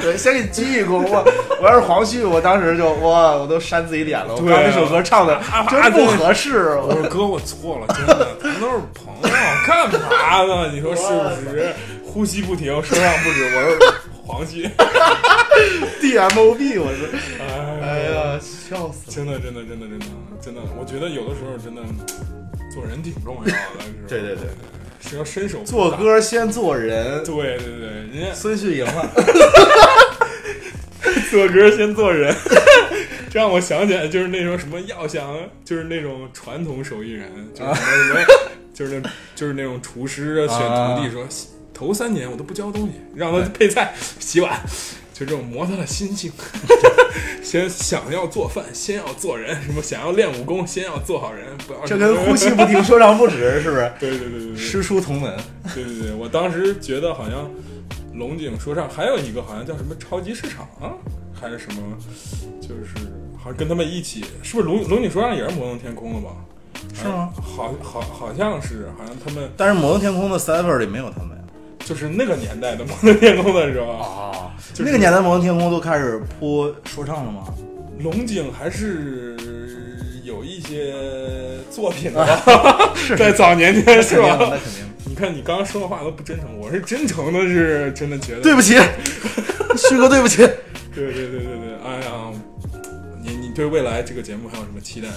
Speaker 1: 对，先给你击一躬。我我要是黄旭，我当时就哇，我都扇自己脸了。我刚
Speaker 2: 对啊
Speaker 1: 那首歌唱的
Speaker 2: 啊
Speaker 1: 真不合适。
Speaker 2: 我说哥，我错了，真的，咱都是朋友，干嘛呢？你说是不是？呼吸不停，声上不止，我是黄旭
Speaker 1: ，DMOB，我是，
Speaker 2: 哎
Speaker 1: 呀，笑死！
Speaker 2: 真的，真的，真的，真的，真的，我觉得有的时候真的做人挺重要的，是吧
Speaker 1: 对对对，
Speaker 2: 是要伸手不
Speaker 1: 做
Speaker 2: 打
Speaker 1: 歌先做人。
Speaker 2: 对对对，人家
Speaker 1: 孙旭赢 了。
Speaker 2: 做歌先做人，这让我想起来就是那种什么要想，就是那种传统手艺人，就是
Speaker 1: 啊
Speaker 2: 什么什么，就是那就是那种厨师啊，选徒弟说、头三年我都不教东西，让他配菜、洗碗，就这种磨他的心性。 先想要做饭，先要做人；什么想要练武功，先要做好人。不要
Speaker 1: 这跟呼吸不停，说唱不止，是不是？
Speaker 2: 对对对对对，
Speaker 1: 师出同门。
Speaker 2: 对对对，我当时觉得好像龙井说唱还有一个好像叫什么超级市场啊还是什么，就是好像跟他们一起，是不是龙龙井说唱也是摩登天空的吧？
Speaker 1: 是吗？
Speaker 2: 好好好像是，好像他们
Speaker 1: 但是摩登天空的 Sever 里没有他们呀。
Speaker 2: 就是那个年代的摩登天空的时候
Speaker 1: 哦
Speaker 2: 啊，就是
Speaker 1: 那个年代摩登天空都开始播说唱了吗？
Speaker 2: 龙井还是有一些作品的，
Speaker 1: 啊 是
Speaker 2: 在早年
Speaker 1: 那
Speaker 2: 间是
Speaker 1: 肯定
Speaker 2: 吧？
Speaker 1: 那肯定。
Speaker 2: 你看你刚刚说的话都不真诚，我是真诚的，是真的觉得
Speaker 1: 对不起，旭哥，对不起。
Speaker 2: 对对对对对，哎呀，你你对未来这个节目还有什么期待吗？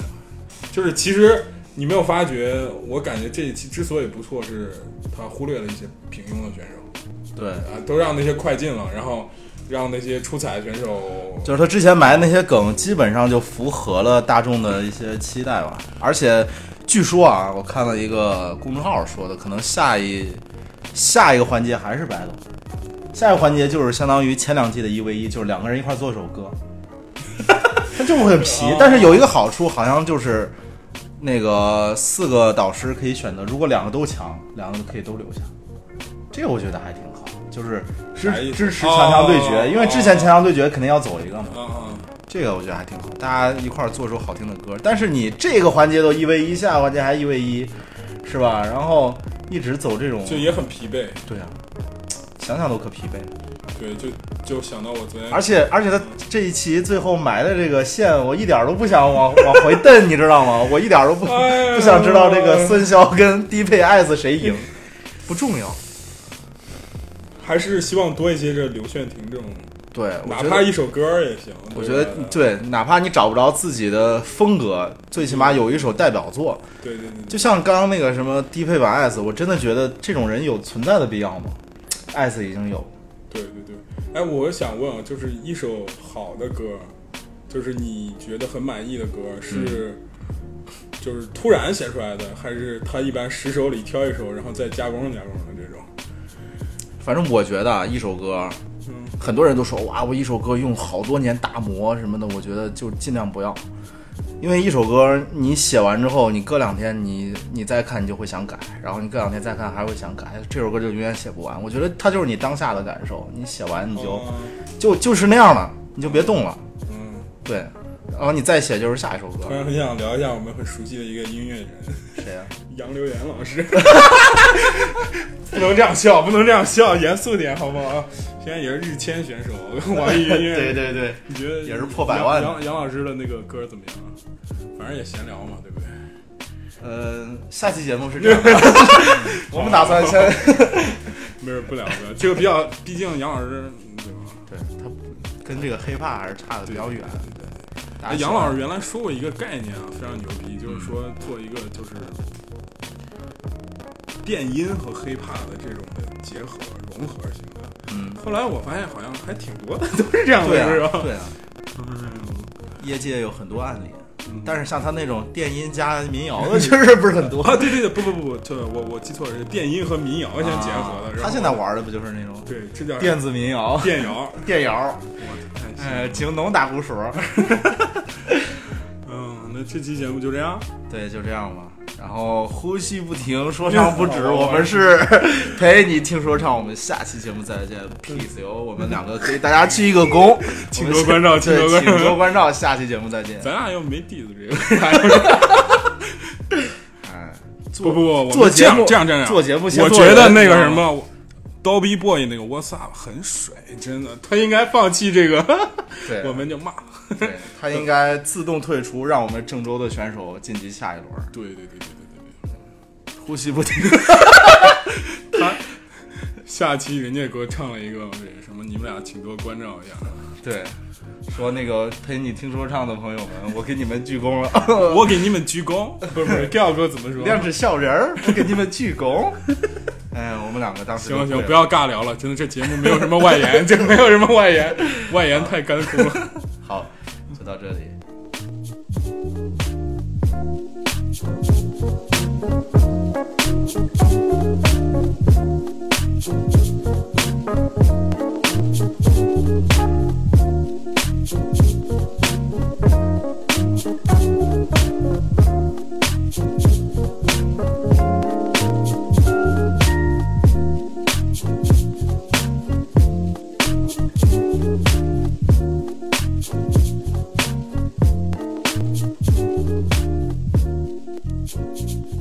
Speaker 2: 就是其实你没有发觉，我感觉这一期之所以不错，是他忽略了一些平庸的选手，
Speaker 1: 对
Speaker 2: 啊，都让那些快进了，然后让那些出彩的选手，
Speaker 1: 就是他之前埋的那些梗，基本上就符合了大众的一些期待吧。而且据说啊，我看了一个公众号说的，可能下一下一个环节还是 battle，下一个环节就是相当于前两季的一 v 一，就是两个人一块做首歌，他就会很皮。
Speaker 2: 哦
Speaker 1: 但是有一个好处，好像就是那个四个导师可以选择，如果两个都强，两个可以都留下。这个我觉得还挺好，就是支
Speaker 2: 啥意思
Speaker 1: 支持强强对
Speaker 2: 哦
Speaker 1: 决，因为之前强强对决肯定要走一个嘛。
Speaker 2: 啊，
Speaker 1: 这个我觉得还挺好，大家一块儿做首好听的歌。但是你这个环节都一 v 一，下个环节还一 v 一，是吧？然后一直走这种，
Speaker 2: 就也很疲惫，
Speaker 1: 对啊，想想都可疲惫。
Speaker 2: 对，就就想到我昨天，
Speaker 1: 而且而且他这一期最后埋的这个线，我一点儿都不想往往回蹬，你知道吗？我一点儿都不、
Speaker 2: 哎
Speaker 1: 不想知道这个孙骁跟低配 S 谁赢，不重要。
Speaker 2: 还是希望多一些这刘炫廷这种，
Speaker 1: 对我
Speaker 2: 哪
Speaker 1: 觉得
Speaker 2: 怕一首歌儿也行，
Speaker 1: 我
Speaker 2: 对
Speaker 1: 觉得
Speaker 2: 吧
Speaker 1: 对，哪怕你找不着自己的风格，最起码有一首代表作。
Speaker 2: 对对对，
Speaker 1: 就像刚刚那个什么低配版 S，我真的觉得这种人有存在的必要吗？S 已经有，
Speaker 2: 对对对，哎，我想问啊，就是一首好的歌，就是你觉得很满意的歌，是、就是突然写出来的，还是他一般十首里挑一首，然后再加工加工的这种？
Speaker 1: 反正我觉得啊，一首歌，很多人都说哇，我一首歌用好多年打磨什么的，我觉得就尽量不要，因为一首歌你写完之后，你隔两天你你再看你就会想改，然后你隔两天再看还会想改，这首歌就永远写不完。我觉得它就是你当下的感受，你写完你就、就就是那样了，你就别动了，
Speaker 2: 哦嗯，
Speaker 1: 对，然后你再写就是下一首歌。
Speaker 2: 突然很想聊一下我们很熟悉的一个音乐人，
Speaker 1: 谁呀、
Speaker 2: 杨柳岩老师。 不能这样笑，不能这样笑，严肃点好啊不好？现在也是日签选 手，网易云音乐。
Speaker 1: 对对对
Speaker 2: 你觉得
Speaker 1: 也是破百万的
Speaker 2: 杨杨杨老师的那个歌怎么样啊？反正也闲聊嘛，对不对？
Speaker 1: 呃，下期节目是这样的我们打算先
Speaker 2: 没事，不聊不聊，这个比较，毕竟杨老师嗯对吧？
Speaker 1: 对他跟这个黑怕还是差的比较远。啊
Speaker 2: 哎杨老师原来说过一个概念啊，非常牛逼，
Speaker 1: 嗯
Speaker 2: 就是说做一个就是电音和 hiphop 的这种的结合融合型的。
Speaker 1: 嗯，
Speaker 2: 后来我发现好像还挺多的， 都是这样的，
Speaker 1: 对啊
Speaker 2: 是吧？嗯
Speaker 1: 对啊业界有很多案例，但是像他那种电音加民 谣的，确实不是很多
Speaker 2: 啊！对对对，不不不不，对我我记错了，是电音和民谣相结合的。
Speaker 1: 啊
Speaker 2: 然后
Speaker 1: 他现在玩的不就是那种
Speaker 2: 对，这叫
Speaker 1: 电子民谣、
Speaker 2: 电谣、
Speaker 1: 电谣？
Speaker 2: 我太
Speaker 1: 呃，京东大鼓手。
Speaker 2: 嗯，那这期节目就这样。
Speaker 1: 对，就这样吧。然后呼吸不停，说唱不止，
Speaker 2: 好
Speaker 1: 我们是陪你听说唱。我们下期节目再见，peace 哟！我们两个给大家鞠一个躬，
Speaker 2: 请多关照
Speaker 1: 我们是
Speaker 2: 请多关照
Speaker 1: 对请多关照。下期节目再见。
Speaker 2: 咱俩又没弟子这个。
Speaker 1: 哎，
Speaker 2: 不不不，我们
Speaker 1: 做
Speaker 2: 这
Speaker 1: 节
Speaker 2: 样
Speaker 1: 目
Speaker 2: 这样这样，
Speaker 1: 做节目先
Speaker 2: 我
Speaker 1: 做
Speaker 2: 觉得
Speaker 1: 人
Speaker 2: 那个
Speaker 1: 你知
Speaker 2: 什
Speaker 1: 道吗
Speaker 2: 么，Dobby Boy 那个 What's Up 很水，真的，他应该放弃这个，
Speaker 1: 对
Speaker 2: 我们就骂。
Speaker 1: 对他应该自动退出，让我们郑州的选手晋级下一轮。
Speaker 2: 对对对对对
Speaker 1: 对，呼吸不停。
Speaker 2: 他下期人家给我唱了一个什么，你们俩请多关照一下。
Speaker 1: 对，说那个陪你听说唱的朋友们，我给你们鞠躬了，
Speaker 2: 我给你们鞠躬，不是 不是，调哥怎么说？
Speaker 1: 量子笑人儿，我给你们鞠躬。哎，我们两个当时
Speaker 2: 行了
Speaker 1: 就
Speaker 2: 行了，
Speaker 1: 跪
Speaker 2: 不要尬聊了，真的这节目没有什么外延， 就没有什么外 延，外延太干枯了。
Speaker 1: 好，就到这里。
Speaker 19: Thank you.